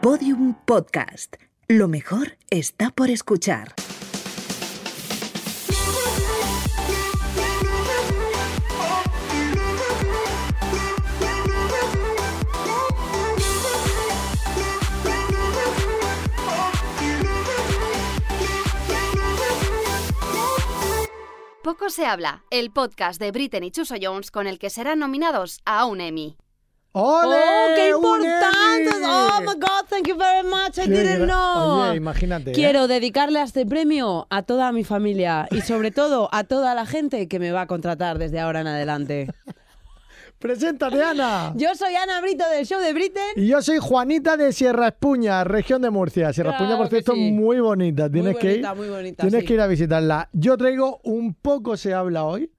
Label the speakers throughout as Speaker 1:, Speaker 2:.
Speaker 1: Podium Podcast. Lo mejor está por escuchar.
Speaker 2: Poco se habla, el podcast de Britney y Chuso Jones con el que serán nominados a un Emmy.
Speaker 3: ¡Ole!
Speaker 4: ¡Oh, qué
Speaker 3: ¡Un
Speaker 4: importantes!
Speaker 3: Emmy!
Speaker 4: ¡Oh, my God! Thank you very much. I
Speaker 3: Qué gra-
Speaker 4: didn't know.
Speaker 3: Oye, imagínate. ¿eh?
Speaker 4: Quiero dedicarle a este premio a toda mi familia y sobre todo a toda la gente que me va a contratar desde ahora en adelante.
Speaker 3: Preséntate, Ana.
Speaker 4: Yo soy Ana Brito del show de Britain.
Speaker 3: Y yo soy Juanita de Sierra Espuña, región de Murcia. Sierra
Speaker 4: Claro
Speaker 3: Espuña, por
Speaker 4: que
Speaker 3: cierto,
Speaker 4: sí.
Speaker 3: muy bonita. Tienes
Speaker 4: bonita,
Speaker 3: que ir,
Speaker 4: muy bonita,
Speaker 3: Tienes
Speaker 4: sí.
Speaker 3: que ir a visitarla. Yo traigo un poco se habla hoy,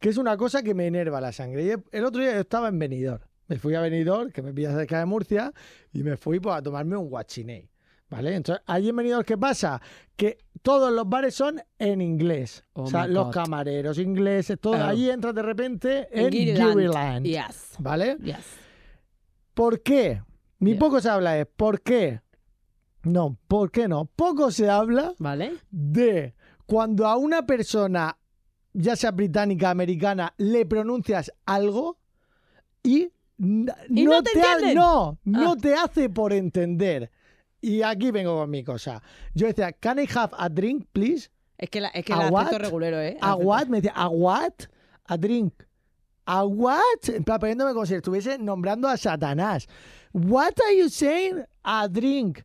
Speaker 3: que es una cosa que me enerva la sangre. Y el otro día yo estaba en Benidorm. Me fui a Benidorm, que me pilla cerca de Murcia, y me fui pues, a tomarme un guachiné. ¿Vale? Entonces, allí en Benidorm, ¿qué pasa? Que todos los bares son en inglés.
Speaker 4: Oh
Speaker 3: o sea,
Speaker 4: my
Speaker 3: los
Speaker 4: God.
Speaker 3: camareros ingleses, todo.
Speaker 4: Oh.
Speaker 3: Allí entras de repente en
Speaker 4: Gilliland.
Speaker 3: Gilliland.
Speaker 4: Yes.
Speaker 3: ¿Vale?
Speaker 4: Yes.
Speaker 3: ¿Por qué? Ni
Speaker 4: Bien.
Speaker 3: poco se habla es ¿por qué? No, ¿por qué no? Poco se habla
Speaker 4: ¿Vale?
Speaker 3: de cuando a una persona, ya sea británica, americana, le pronuncias algo y, n-
Speaker 4: Y no te
Speaker 3: ha-
Speaker 4: entienden.
Speaker 3: no, no
Speaker 4: Ah.
Speaker 3: te hace por entender. Y aquí vengo con mi cosa. Yo decía, can I have a drink, please?
Speaker 4: Es que, la, es que
Speaker 3: ¿A
Speaker 4: el
Speaker 3: what?
Speaker 4: acento regulero, ¿eh? El
Speaker 3: ¿A
Speaker 4: acento-
Speaker 3: what? Me decía, ¿a what? A drink. ¿A what? En plan, poniéndome como si estuviese nombrando a Satanás. What are you saying? A drink.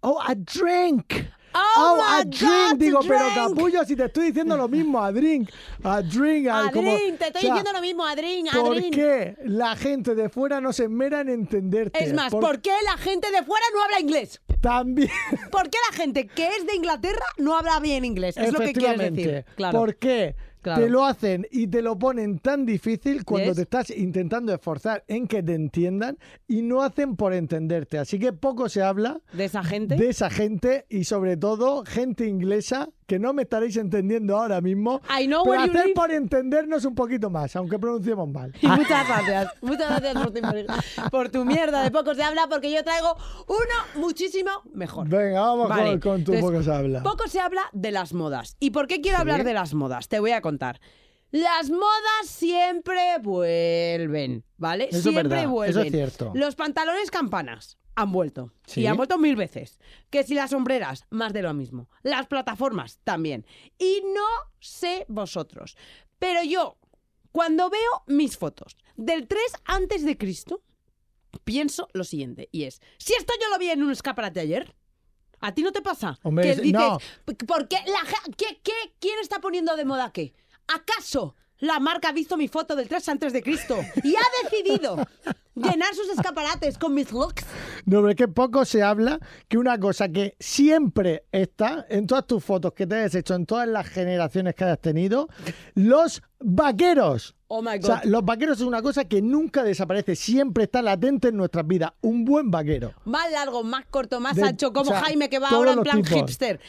Speaker 3: Oh, a drink.
Speaker 4: Oh,
Speaker 3: a
Speaker 4: my
Speaker 3: drink.
Speaker 4: God,
Speaker 3: Digo, pero
Speaker 4: drink.
Speaker 3: capullo, si te estoy diciendo lo mismo, a drink. A drink. a- como-
Speaker 4: Adrín, te estoy
Speaker 3: o sea,
Speaker 4: diciendo lo mismo, Adrín,
Speaker 3: ¿Por
Speaker 4: Adrín.
Speaker 3: qué la gente de fuera no se mera en entenderte?
Speaker 4: Es más, ¿por qué la gente de fuera no habla inglés?
Speaker 3: También.
Speaker 4: ¿Por qué la gente que es de Inglaterra no habla bien inglés? Es lo que quieres decir.
Speaker 3: Efectivamente.
Speaker 4: Claro.
Speaker 3: ¿Por qué
Speaker 4: Claro.
Speaker 3: te lo hacen y te lo ponen tan difícil cuando
Speaker 4: Yes.
Speaker 3: te estás intentando esforzar en que te entiendan y no hacen por entenderte? Así que poco se habla
Speaker 4: ¿De esa gente?
Speaker 3: de esa gente y sobre todo gente inglesa que no me estaréis entendiendo ahora mismo.
Speaker 4: I know
Speaker 3: pero
Speaker 4: where you
Speaker 3: hacer
Speaker 4: live.
Speaker 3: por entendernos un poquito más, aunque pronunciemos mal.
Speaker 4: Y muchas gracias, muchas gracias por tu, por tu mierda de pocos de habla, porque yo traigo uno muchísimo mejor.
Speaker 3: Venga, vamos con,
Speaker 4: Vale,
Speaker 3: con tu
Speaker 4: entonces,
Speaker 3: poco se habla.
Speaker 4: Poco se habla de las modas. ¿Y por qué quiero hablar de las modas? Te voy a contar. Las modas siempre vuelven, ¿vale?
Speaker 3: Eso es
Speaker 4: siempre
Speaker 3: verdad, eso
Speaker 4: vuelven.
Speaker 3: es cierto.
Speaker 4: Los pantalones campanas han vuelto.
Speaker 3: Sí.
Speaker 4: Y han vuelto mil veces. Que si las sombreras, más de lo mismo. Las plataformas también. Y no sé vosotros. Pero yo, cuando veo mis fotos del 3 antes de Cristo, pienso lo siguiente. Y es, si esto yo lo vi en un escaparate ayer, ¿a ti no te pasa?
Speaker 3: Hombre,
Speaker 4: que
Speaker 3: es-
Speaker 4: dices,
Speaker 3: no.
Speaker 4: "P- ¿por qué la ja- qué- qué- ¿Quién está poniendo de moda qué? ¿Acaso la marca ha visto mi foto del 3 antes de Cristo y ha decidido llenar sus escaparates con mis looks?
Speaker 3: No, pero es que poco se habla que una cosa que siempre está en todas tus fotos que te hayas hecho, en todas las generaciones que hayas tenido, los vaqueros.
Speaker 4: Oh my
Speaker 3: O sea, los vaqueros es una cosa que nunca desaparece, siempre está latente en nuestras vidas. Un buen vaquero.
Speaker 4: más largo, más corto, más
Speaker 3: De-
Speaker 4: ancho, como
Speaker 3: o sea,
Speaker 4: Jaime que va
Speaker 3: todos
Speaker 4: ahora en
Speaker 3: los
Speaker 4: plan
Speaker 3: tipos.
Speaker 4: hipster.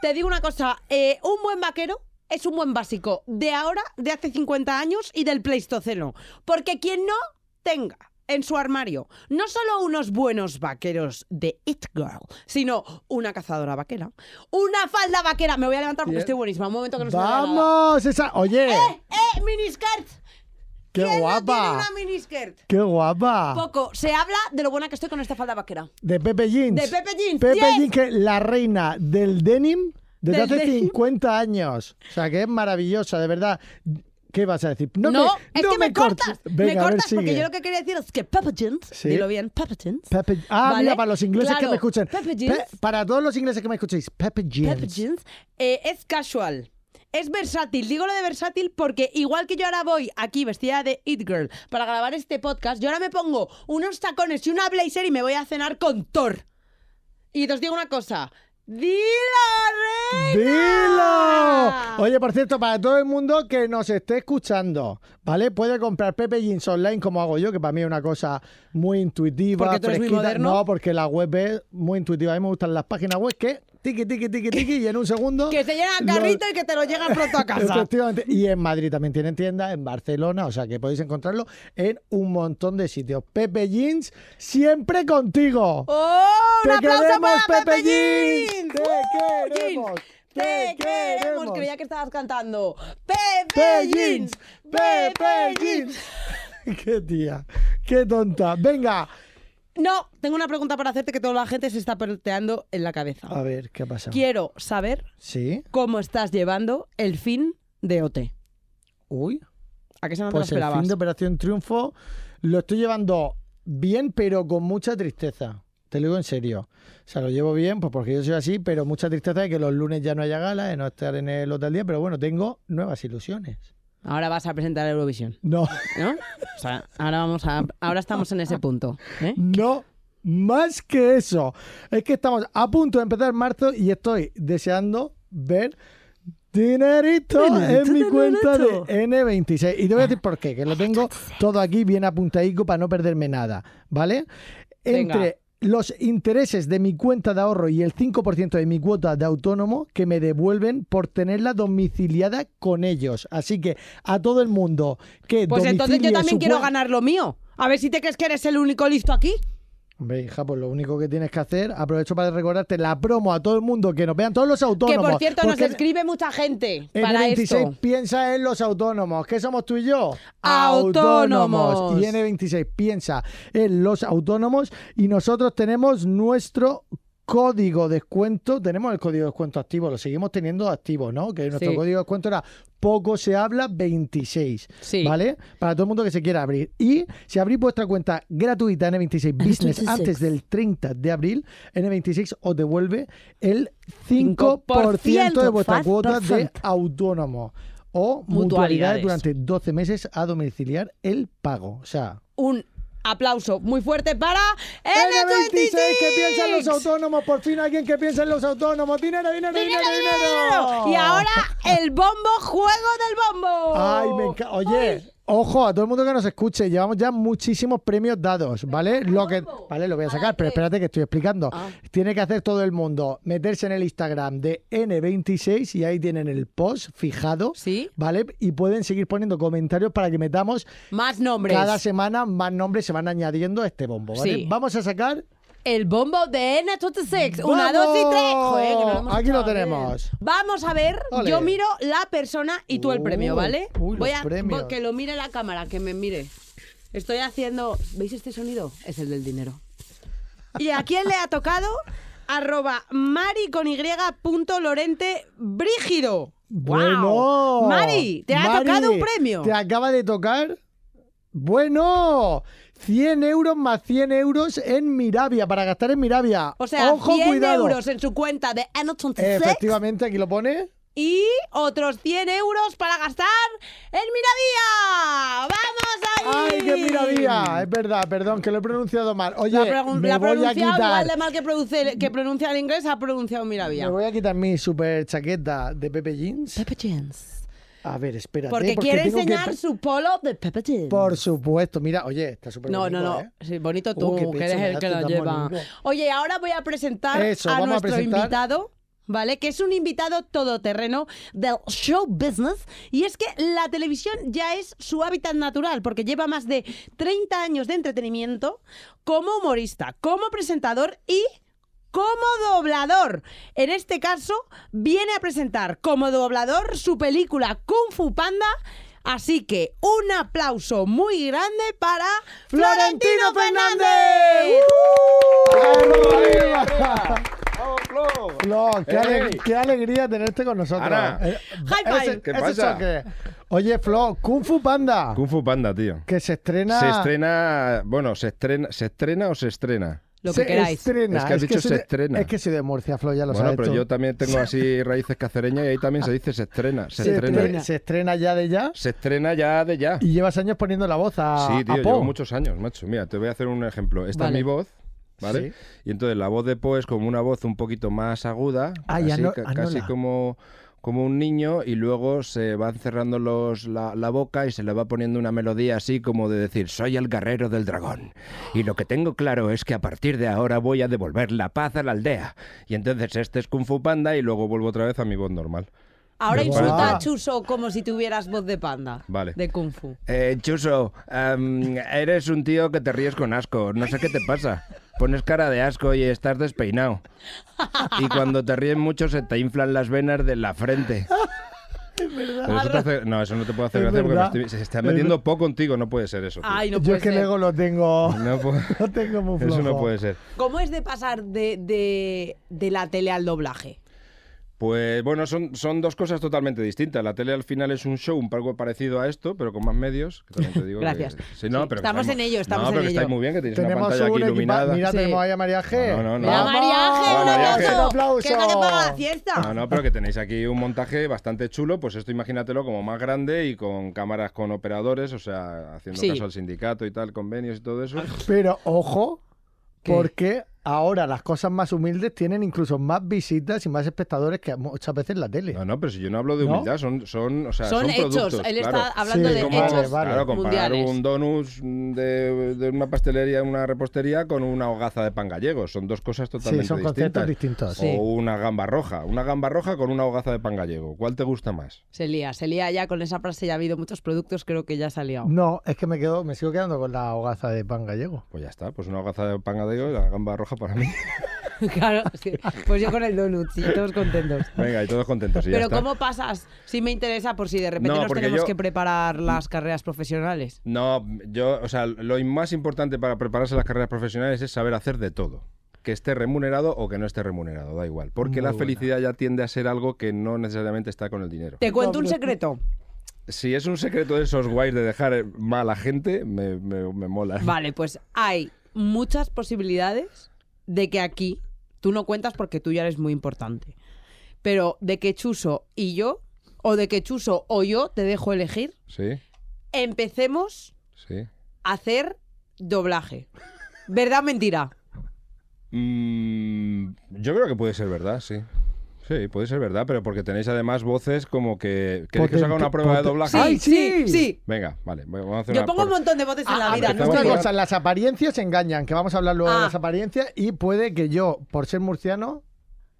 Speaker 4: Te digo una cosa, eh, un buen vaquero es un buen básico de ahora, de hace 50 años y del Pleistoceno. Porque quien no tenga en su armario no solo unos buenos vaqueros de It Girl, sino una cazadora vaquera, una falda vaquera. Me voy a levantar porque
Speaker 3: Bien.
Speaker 4: estoy buenísima. Un momento que no se me vea nada.
Speaker 3: ¡Vamos! Esa... Oye,
Speaker 4: ¡Eh, eh, miniskirt!
Speaker 3: qué
Speaker 4: ¿Quién no tiene
Speaker 3: guapa.
Speaker 4: una miniskirt?
Speaker 3: Qué guapa.
Speaker 4: Poco se habla de lo buena que estoy con esta falda vaquera.
Speaker 3: De Pepe Jeans.
Speaker 4: De Pepe Jeans,
Speaker 3: Pepe
Speaker 4: yes.
Speaker 3: Jeans, que es la reina del denim desde
Speaker 4: Del
Speaker 3: hace
Speaker 4: denim.
Speaker 3: 50 años. O sea, que es maravillosa, de verdad. ¿Qué vas a decir?
Speaker 4: No, es
Speaker 3: no
Speaker 4: que me,
Speaker 3: cortes.
Speaker 4: cortas.
Speaker 3: Venga,
Speaker 4: me
Speaker 3: a ver,
Speaker 4: cortas porque
Speaker 3: sigue.
Speaker 4: yo lo que quería decir es que Peppa Jeans,
Speaker 3: Sí.
Speaker 4: dilo bien, Peppa Jeans.
Speaker 3: Pepe- Ah,
Speaker 4: ¿vale?
Speaker 3: mira, para los ingleses que
Speaker 4: Claro,
Speaker 3: me escuchan.
Speaker 4: Pepe
Speaker 3: Pe-
Speaker 4: Jeans,
Speaker 3: para todos los ingleses que me escuchéis, Pepe Jeans.
Speaker 4: Peppa Jeans eh, es casual. Es versátil, digo lo de versátil porque igual que yo ahora voy aquí vestida de It Girl para grabar este podcast, yo ahora me pongo unos tacones y una blazer y me voy a cenar con Thor. Y os digo una cosa, ¡Dilo,
Speaker 3: ¡Dilo!
Speaker 4: reina!
Speaker 3: Oye, por cierto, para todo el mundo que nos esté escuchando, ¿vale? Puede comprar Pepe Jeans online como hago yo, que para mí es una cosa muy intuitiva.
Speaker 4: Porque tú eres muy
Speaker 3: fresquita.
Speaker 4: moderno.
Speaker 3: No, porque la web es muy intuitiva. A mí me gustan las páginas web que tiki, tiki, tiki, tiki, y en un segundo...
Speaker 4: Que se llena el
Speaker 3: lo-
Speaker 4: carrito y que te lo llegan pronto a casa.
Speaker 3: Efectivamente. Y en Madrid también tienen tienda, en Barcelona, o sea que podéis encontrarlo en un montón de sitios. Pepe Jeans, siempre contigo.
Speaker 4: ¡Oh! ¡Un
Speaker 3: ¡Te
Speaker 4: aplauso
Speaker 3: queremos,
Speaker 4: para Pepe
Speaker 3: Pepe Jeans!
Speaker 4: Jeans!
Speaker 3: ¡Te
Speaker 4: ¡Uh,
Speaker 3: queremos!
Speaker 4: Jeans!
Speaker 3: ¡Te
Speaker 4: ¡Te queremos!
Speaker 3: queremos!
Speaker 4: Creía que estabas cantando. ¡Pepe
Speaker 3: Pepe
Speaker 4: Jeans!
Speaker 3: Jeans, Pepe Jeans. Qué tía, qué tonta. Venga,
Speaker 4: No, tengo una pregunta para hacerte que toda la gente se está peloteando en la cabeza.
Speaker 3: a ver qué ha pasado.
Speaker 4: Quiero saber
Speaker 3: Sí,
Speaker 4: cómo estás llevando el fin de OT.
Speaker 3: uy.
Speaker 4: ¿A qué se no te lo
Speaker 3: Pues el
Speaker 4: esperabas?
Speaker 3: fin de Operación Triunfo lo estoy llevando bien, pero con mucha tristeza. Te lo digo en serio. O sea, lo llevo bien, pues porque yo soy así, pero mucha tristeza de que los lunes ya no haya gala, de no estar en el hotel día, pero bueno, tengo nuevas ilusiones.
Speaker 4: Ahora vas a presentar Eurovisión,
Speaker 3: No,
Speaker 4: ¿no? O sea, ahora vamos a, ahora estamos en ese punto. ¿eh?
Speaker 3: no, más que eso. Es que estamos a punto de empezar marzo y estoy deseando ver dinerito en mi cuenta de N26. Y te voy a decir por qué, que lo tengo todo aquí bien apuntadico para no perderme nada, ¿vale?
Speaker 4: Venga.
Speaker 3: Entre los intereses de mi cuenta de ahorro y el 5% de mi cuota de autónomo que me devuelven por tenerla domiciliada con ellos. Así que a todo el mundo que
Speaker 4: Pues entonces yo
Speaker 3: domicilie
Speaker 4: también
Speaker 3: su
Speaker 4: quiero
Speaker 3: cuen-
Speaker 4: ganar lo mío. A ver si te crees que eres el único listo aquí.
Speaker 3: Hombre, hija, pues lo único que tienes que hacer, aprovecho para recordarte la promo a todo el mundo, que nos vean todos los
Speaker 4: Que
Speaker 3: autónomos.
Speaker 4: por cierto nos
Speaker 3: porque
Speaker 4: escribe mucha gente
Speaker 3: en
Speaker 4: para
Speaker 3: N26
Speaker 4: esto.
Speaker 3: piensa en los autónomos. ¿Qué somos tú y yo?
Speaker 4: Autónomos.
Speaker 3: Y N26 piensa en los autónomos y nosotros tenemos nuestro código de descuento. Tenemos el código de descuento activo, lo seguimos teniendo activo, ¿no? Que nuestro
Speaker 4: Sí.
Speaker 3: código de descuento era poco se habla 26.
Speaker 4: Sí.
Speaker 3: ¿Vale? Para todo el mundo que se quiera abrir. Y si abrís vuestra cuenta gratuita N26 Business antes del 30 de abril, N26 os devuelve el 5%,
Speaker 4: 5%
Speaker 3: de vuestra
Speaker 4: fast
Speaker 3: cuota de
Speaker 4: percent.
Speaker 3: autónomo o
Speaker 4: Mutualidades.
Speaker 3: mutualidades durante 12 meses a domiciliar el pago. O sea,
Speaker 4: Un aplauso muy fuerte para
Speaker 3: N26,
Speaker 4: N26.
Speaker 3: que piensan los autónomos, por fin alguien que piensa en los autónomos. Dinero, dinero, dinero,
Speaker 4: Dinero,
Speaker 3: dinero.
Speaker 4: dinero. Y ahora el bombo, juego del bombo.
Speaker 3: Ay, me encanta. Oye, ojo a todo el mundo que nos escuche. Llevamos ya muchísimos premios dados, ¿vale? Lo que, vale, lo voy a sacar, pero espérate que Ah. estoy explicando. Tiene que hacer todo el mundo meterse en el Instagram de N26 y ahí tienen el post fijado,
Speaker 4: Sí.
Speaker 3: ¿vale? Y pueden seguir poniendo comentarios para que metamos
Speaker 4: Más nombres.
Speaker 3: cada semana más nombres se van añadiendo a este bombo, ¿vale?
Speaker 4: Sí.
Speaker 3: Vamos a sacar
Speaker 4: El bombo de N26. Una,
Speaker 3: ¡Vamos!
Speaker 4: dos y tres. Joder, que no hemos
Speaker 3: Aquí lo
Speaker 4: echado a ver.
Speaker 3: tenemos.
Speaker 4: Vamos a ver.
Speaker 3: Ole.
Speaker 4: Yo miro la persona y tú el premio,
Speaker 3: Uh,
Speaker 4: ¿vale?
Speaker 3: uy, los
Speaker 4: Voy a
Speaker 3: premios.
Speaker 4: voy- que lo mire la cámara, que me mire. Estoy haciendo. ¿Veis este sonido? Es el del dinero. ¿Y a quién le ha tocado? Arroba Mari con Y punto Lorente Brígido.
Speaker 3: Bueno,
Speaker 4: ¡Guau! Mari, te ha
Speaker 3: Mari,
Speaker 4: tocado un premio.
Speaker 3: Te acaba de tocar. Bueno, 100 euros más 100 euros en Mirabia, para gastar en Mirabia.
Speaker 4: O sea,
Speaker 3: Ojo,
Speaker 4: 100
Speaker 3: cuidado.
Speaker 4: euros en su cuenta de N26
Speaker 3: Efectivamente, aquí lo pone.
Speaker 4: y otros 100 euros para gastar en Miravía. ¡Vamos ahí!
Speaker 3: ¡Ay, qué Mirabia! Es verdad, perdón, que lo he pronunciado mal. Oye,
Speaker 4: La, pregun-
Speaker 3: me
Speaker 4: la
Speaker 3: voy a
Speaker 4: pronunciado igual
Speaker 3: quitar.
Speaker 4: de mal que, produce, que pronuncia el inglés, ha pronunciado
Speaker 3: Me
Speaker 4: Miravía.
Speaker 3: voy a quitar mi super chaqueta de Pepe Jeans.
Speaker 4: Pepe Jeans.
Speaker 3: A ver, espérate.
Speaker 4: Porque, quiere
Speaker 3: tengo que-
Speaker 4: enseñar su polo de Pepe Jeans.
Speaker 3: Por supuesto, mira, oye, está súper
Speaker 4: no, no, no.
Speaker 3: ¿eh?
Speaker 4: Sí, bonito tú,
Speaker 3: Uh, qué
Speaker 4: que
Speaker 3: pecho
Speaker 4: eres
Speaker 3: me
Speaker 4: el
Speaker 3: das,
Speaker 4: que
Speaker 3: tú
Speaker 4: lo
Speaker 3: tan
Speaker 4: lleva.
Speaker 3: bonito.
Speaker 4: Oye, ahora voy a presentar
Speaker 3: Eso,
Speaker 4: a
Speaker 3: vamos a
Speaker 4: nuestro
Speaker 3: presentar.
Speaker 4: invitado, ¿vale? Que es un invitado todoterreno del show business. Y es que la televisión ya es su hábitat natural, porque lleva más de 30 años de entretenimiento como humorista, como presentador y como doblador. En este caso, viene a presentar como doblador su película Kung Fu Panda. Así que un aplauso muy grande para Florentino Fernández.
Speaker 3: Flo, qué, ale-
Speaker 5: Ey.
Speaker 3: qué alegría tenerte con nosotros.
Speaker 5: Ana.
Speaker 3: Eh,
Speaker 4: High five.
Speaker 3: ese-
Speaker 5: ¿Qué
Speaker 3: ese
Speaker 5: pasa?
Speaker 3: choque. Oye, Flo, Kung Fu Panda,
Speaker 5: Kung Fu Panda, tío.
Speaker 3: que se estrena.
Speaker 5: Se estrena, bueno, se estrena, se estrena o se estrena.
Speaker 4: lo
Speaker 3: Se
Speaker 4: que queráis.
Speaker 3: Estrena.
Speaker 6: Es que has dicho
Speaker 3: soy
Speaker 6: se
Speaker 3: de-
Speaker 6: estrena.
Speaker 3: Es que soy de Murcia, Flo, ya lo
Speaker 6: bueno,
Speaker 3: sabes
Speaker 6: pero
Speaker 3: tú.
Speaker 6: yo también tengo así raíces cacereñas y ahí también se dice se estrena. Se,
Speaker 3: se,
Speaker 6: estrena.
Speaker 3: estrena. se estrena ya de ya
Speaker 6: Se estrena ya de ya.
Speaker 3: y llevas años poniendo la voz a,
Speaker 6: Sí, tío,
Speaker 3: a
Speaker 6: llevo
Speaker 3: Po.
Speaker 6: muchos años, macho. Mira, te voy a hacer un ejemplo. Esta
Speaker 4: Vale.
Speaker 6: es mi voz, ¿vale?
Speaker 3: Sí.
Speaker 6: Y entonces la voz de Po es como una voz un poquito más aguda,
Speaker 3: Ah, y
Speaker 6: así,
Speaker 3: ano-
Speaker 6: ca-
Speaker 3: anola.
Speaker 6: casi como, como un niño, y luego se van cerrando los, la, la boca y se le va poniendo una melodía así como de decir, soy el guerrero del dragón. Y lo que tengo claro es que a partir de ahora voy a devolver la paz a la aldea. Y entonces este es Kung Fu Panda y luego vuelvo otra vez a mi voz normal.
Speaker 4: Ahora
Speaker 3: Me
Speaker 4: insulta
Speaker 3: gusta.
Speaker 4: a Chuso como si tuvieras voz de panda.
Speaker 6: Vale.
Speaker 4: De Kung Fu.
Speaker 6: Eh, Chuso, em, eres un tío que te ríes con asco. No sé qué te pasa. Pones cara de asco y estás despeinado. Y cuando te ríes mucho se te inflan las venas de la frente. Pero eso te hace- No, eso no te puede hacer
Speaker 3: Es
Speaker 6: gracia porque me
Speaker 3: verdad.
Speaker 6: estoy- se está
Speaker 3: Es
Speaker 6: metiendo Po contigo. No puede ser eso. tío.
Speaker 4: Ay, no
Speaker 3: yo
Speaker 4: puede
Speaker 3: es que el
Speaker 4: ser.
Speaker 3: ego lo tengo,
Speaker 6: No puede-
Speaker 3: lo tengo muy flojo.
Speaker 6: Eso no puede ser.
Speaker 4: ¿Cómo es de pasar de, de, de la tele al doblaje?
Speaker 6: Pues bueno, son, son dos cosas totalmente distintas. La tele al final es un show un poco parecido a esto, pero con más medios. que también te digo que-
Speaker 4: Gracias.
Speaker 6: Sí, no,
Speaker 4: Sí,
Speaker 6: pero que
Speaker 4: estamos en ello, estamos
Speaker 6: no, pero
Speaker 4: en
Speaker 6: que estáis
Speaker 4: ello.
Speaker 6: muy bien, que tienes una
Speaker 3: Tenemos
Speaker 6: pantalla aquí
Speaker 3: un
Speaker 6: iluminada.
Speaker 3: equipo. Mira,
Speaker 4: Sí.
Speaker 3: tenemos ahí a María G.
Speaker 6: No, no, no.
Speaker 4: ¡Mira,
Speaker 6: Vamos.
Speaker 4: María Ángel,
Speaker 6: Hola,
Speaker 4: un
Speaker 6: María Ángel. Ah,
Speaker 4: aplauso!
Speaker 3: ¡Un
Speaker 4: ¡Que es la que
Speaker 3: aplauso!
Speaker 4: paga la fiesta!
Speaker 6: No, no, pero que tenéis aquí un montaje bastante chulo, pues esto imagínatelo como más grande y con cámaras con operadores, o sea, haciendo
Speaker 4: Sí. Ah,
Speaker 6: caso al sindicato y tal, convenios y todo eso.
Speaker 3: Pero ojo,
Speaker 4: ¿Qué?
Speaker 3: porque ahora las cosas más humildes tienen incluso más visitas y más espectadores que muchas veces la tele.
Speaker 6: No, no, pero si yo no hablo de
Speaker 3: ¿No?
Speaker 6: humildad, son, son, o sea,
Speaker 4: Son
Speaker 6: son,
Speaker 4: hechos,
Speaker 6: productos,
Speaker 4: él está
Speaker 6: claro.
Speaker 4: hablando
Speaker 3: Sí,
Speaker 4: de
Speaker 3: como-
Speaker 4: hechos.
Speaker 3: vale.
Speaker 6: Claro, comparar
Speaker 4: mundiales.
Speaker 6: un donus de, de una pastelería, una repostería con una hogaza de pan gallego, son dos cosas totalmente
Speaker 3: sí, son
Speaker 6: distintas.
Speaker 3: conceptos distintos.
Speaker 4: Sí.
Speaker 6: O una gamba roja, una gamba roja con una hogaza de pan gallego. ¿Cuál te gusta más?
Speaker 4: Se lía, se lía ya con esa frase, ya ha habido muchos productos, creo que ya se ha
Speaker 6: Oh.
Speaker 4: liado.
Speaker 3: No, es que me quedo, me sigo quedando con la hogaza de pan gallego.
Speaker 6: Pues ya está, pues una hogaza de pan gallego y la gamba roja para mí.
Speaker 4: Claro, sí. pues yo con el donut, sí, todos contentos.
Speaker 6: Venga, y todos contentos. Y ya
Speaker 4: Pero
Speaker 6: está.
Speaker 4: ¿cómo pasas? Si me interesa, por si de repente
Speaker 6: No,
Speaker 4: nos
Speaker 6: porque
Speaker 4: tenemos
Speaker 6: yo-
Speaker 4: que preparar las carreras profesionales.
Speaker 6: No, yo, o sea, lo más importante para prepararse las carreras profesionales es saber hacer de todo. Que esté remunerado o que no esté remunerado, da igual. Porque
Speaker 3: Muy
Speaker 6: la
Speaker 3: buena.
Speaker 6: felicidad ya tiende a ser algo que no necesariamente está con el dinero.
Speaker 4: Te cuento un secreto.
Speaker 6: Si es un secreto de esos guays de dejar mal a gente, me, me- me mola.
Speaker 4: Vale, pues hay muchas posibilidades de que aquí tú no cuentas porque tú ya eres muy importante. Pero de que Chuso y yo, o de que Chuso o yo te dejo elegir,
Speaker 6: Sí,
Speaker 4: empecemos
Speaker 6: sí.
Speaker 4: a hacer doblaje. ¿Verdad o mentira?
Speaker 6: Mm, yo creo que puede ser verdad, sí. Sí, puede ser verdad, pero porque tenéis además voces como que... ¿Queréis que os haga
Speaker 3: Potente-
Speaker 6: una prueba de
Speaker 3: poten-
Speaker 6: doblaje?
Speaker 3: Sí. ¡Ay,
Speaker 4: sí, sí.
Speaker 6: Venga, vale. Vamos a hacer
Speaker 4: Yo
Speaker 6: una
Speaker 4: pongo un
Speaker 6: prueba.
Speaker 4: montón de voces en la
Speaker 3: Ah,
Speaker 4: vida.
Speaker 3: pero
Speaker 4: No
Speaker 6: empezamos
Speaker 3: una
Speaker 6: por-
Speaker 3: cosa, las apariencias engañan, que vamos a hablar luego de
Speaker 4: Ah.
Speaker 3: las apariencias, y puede que yo, por ser murciano,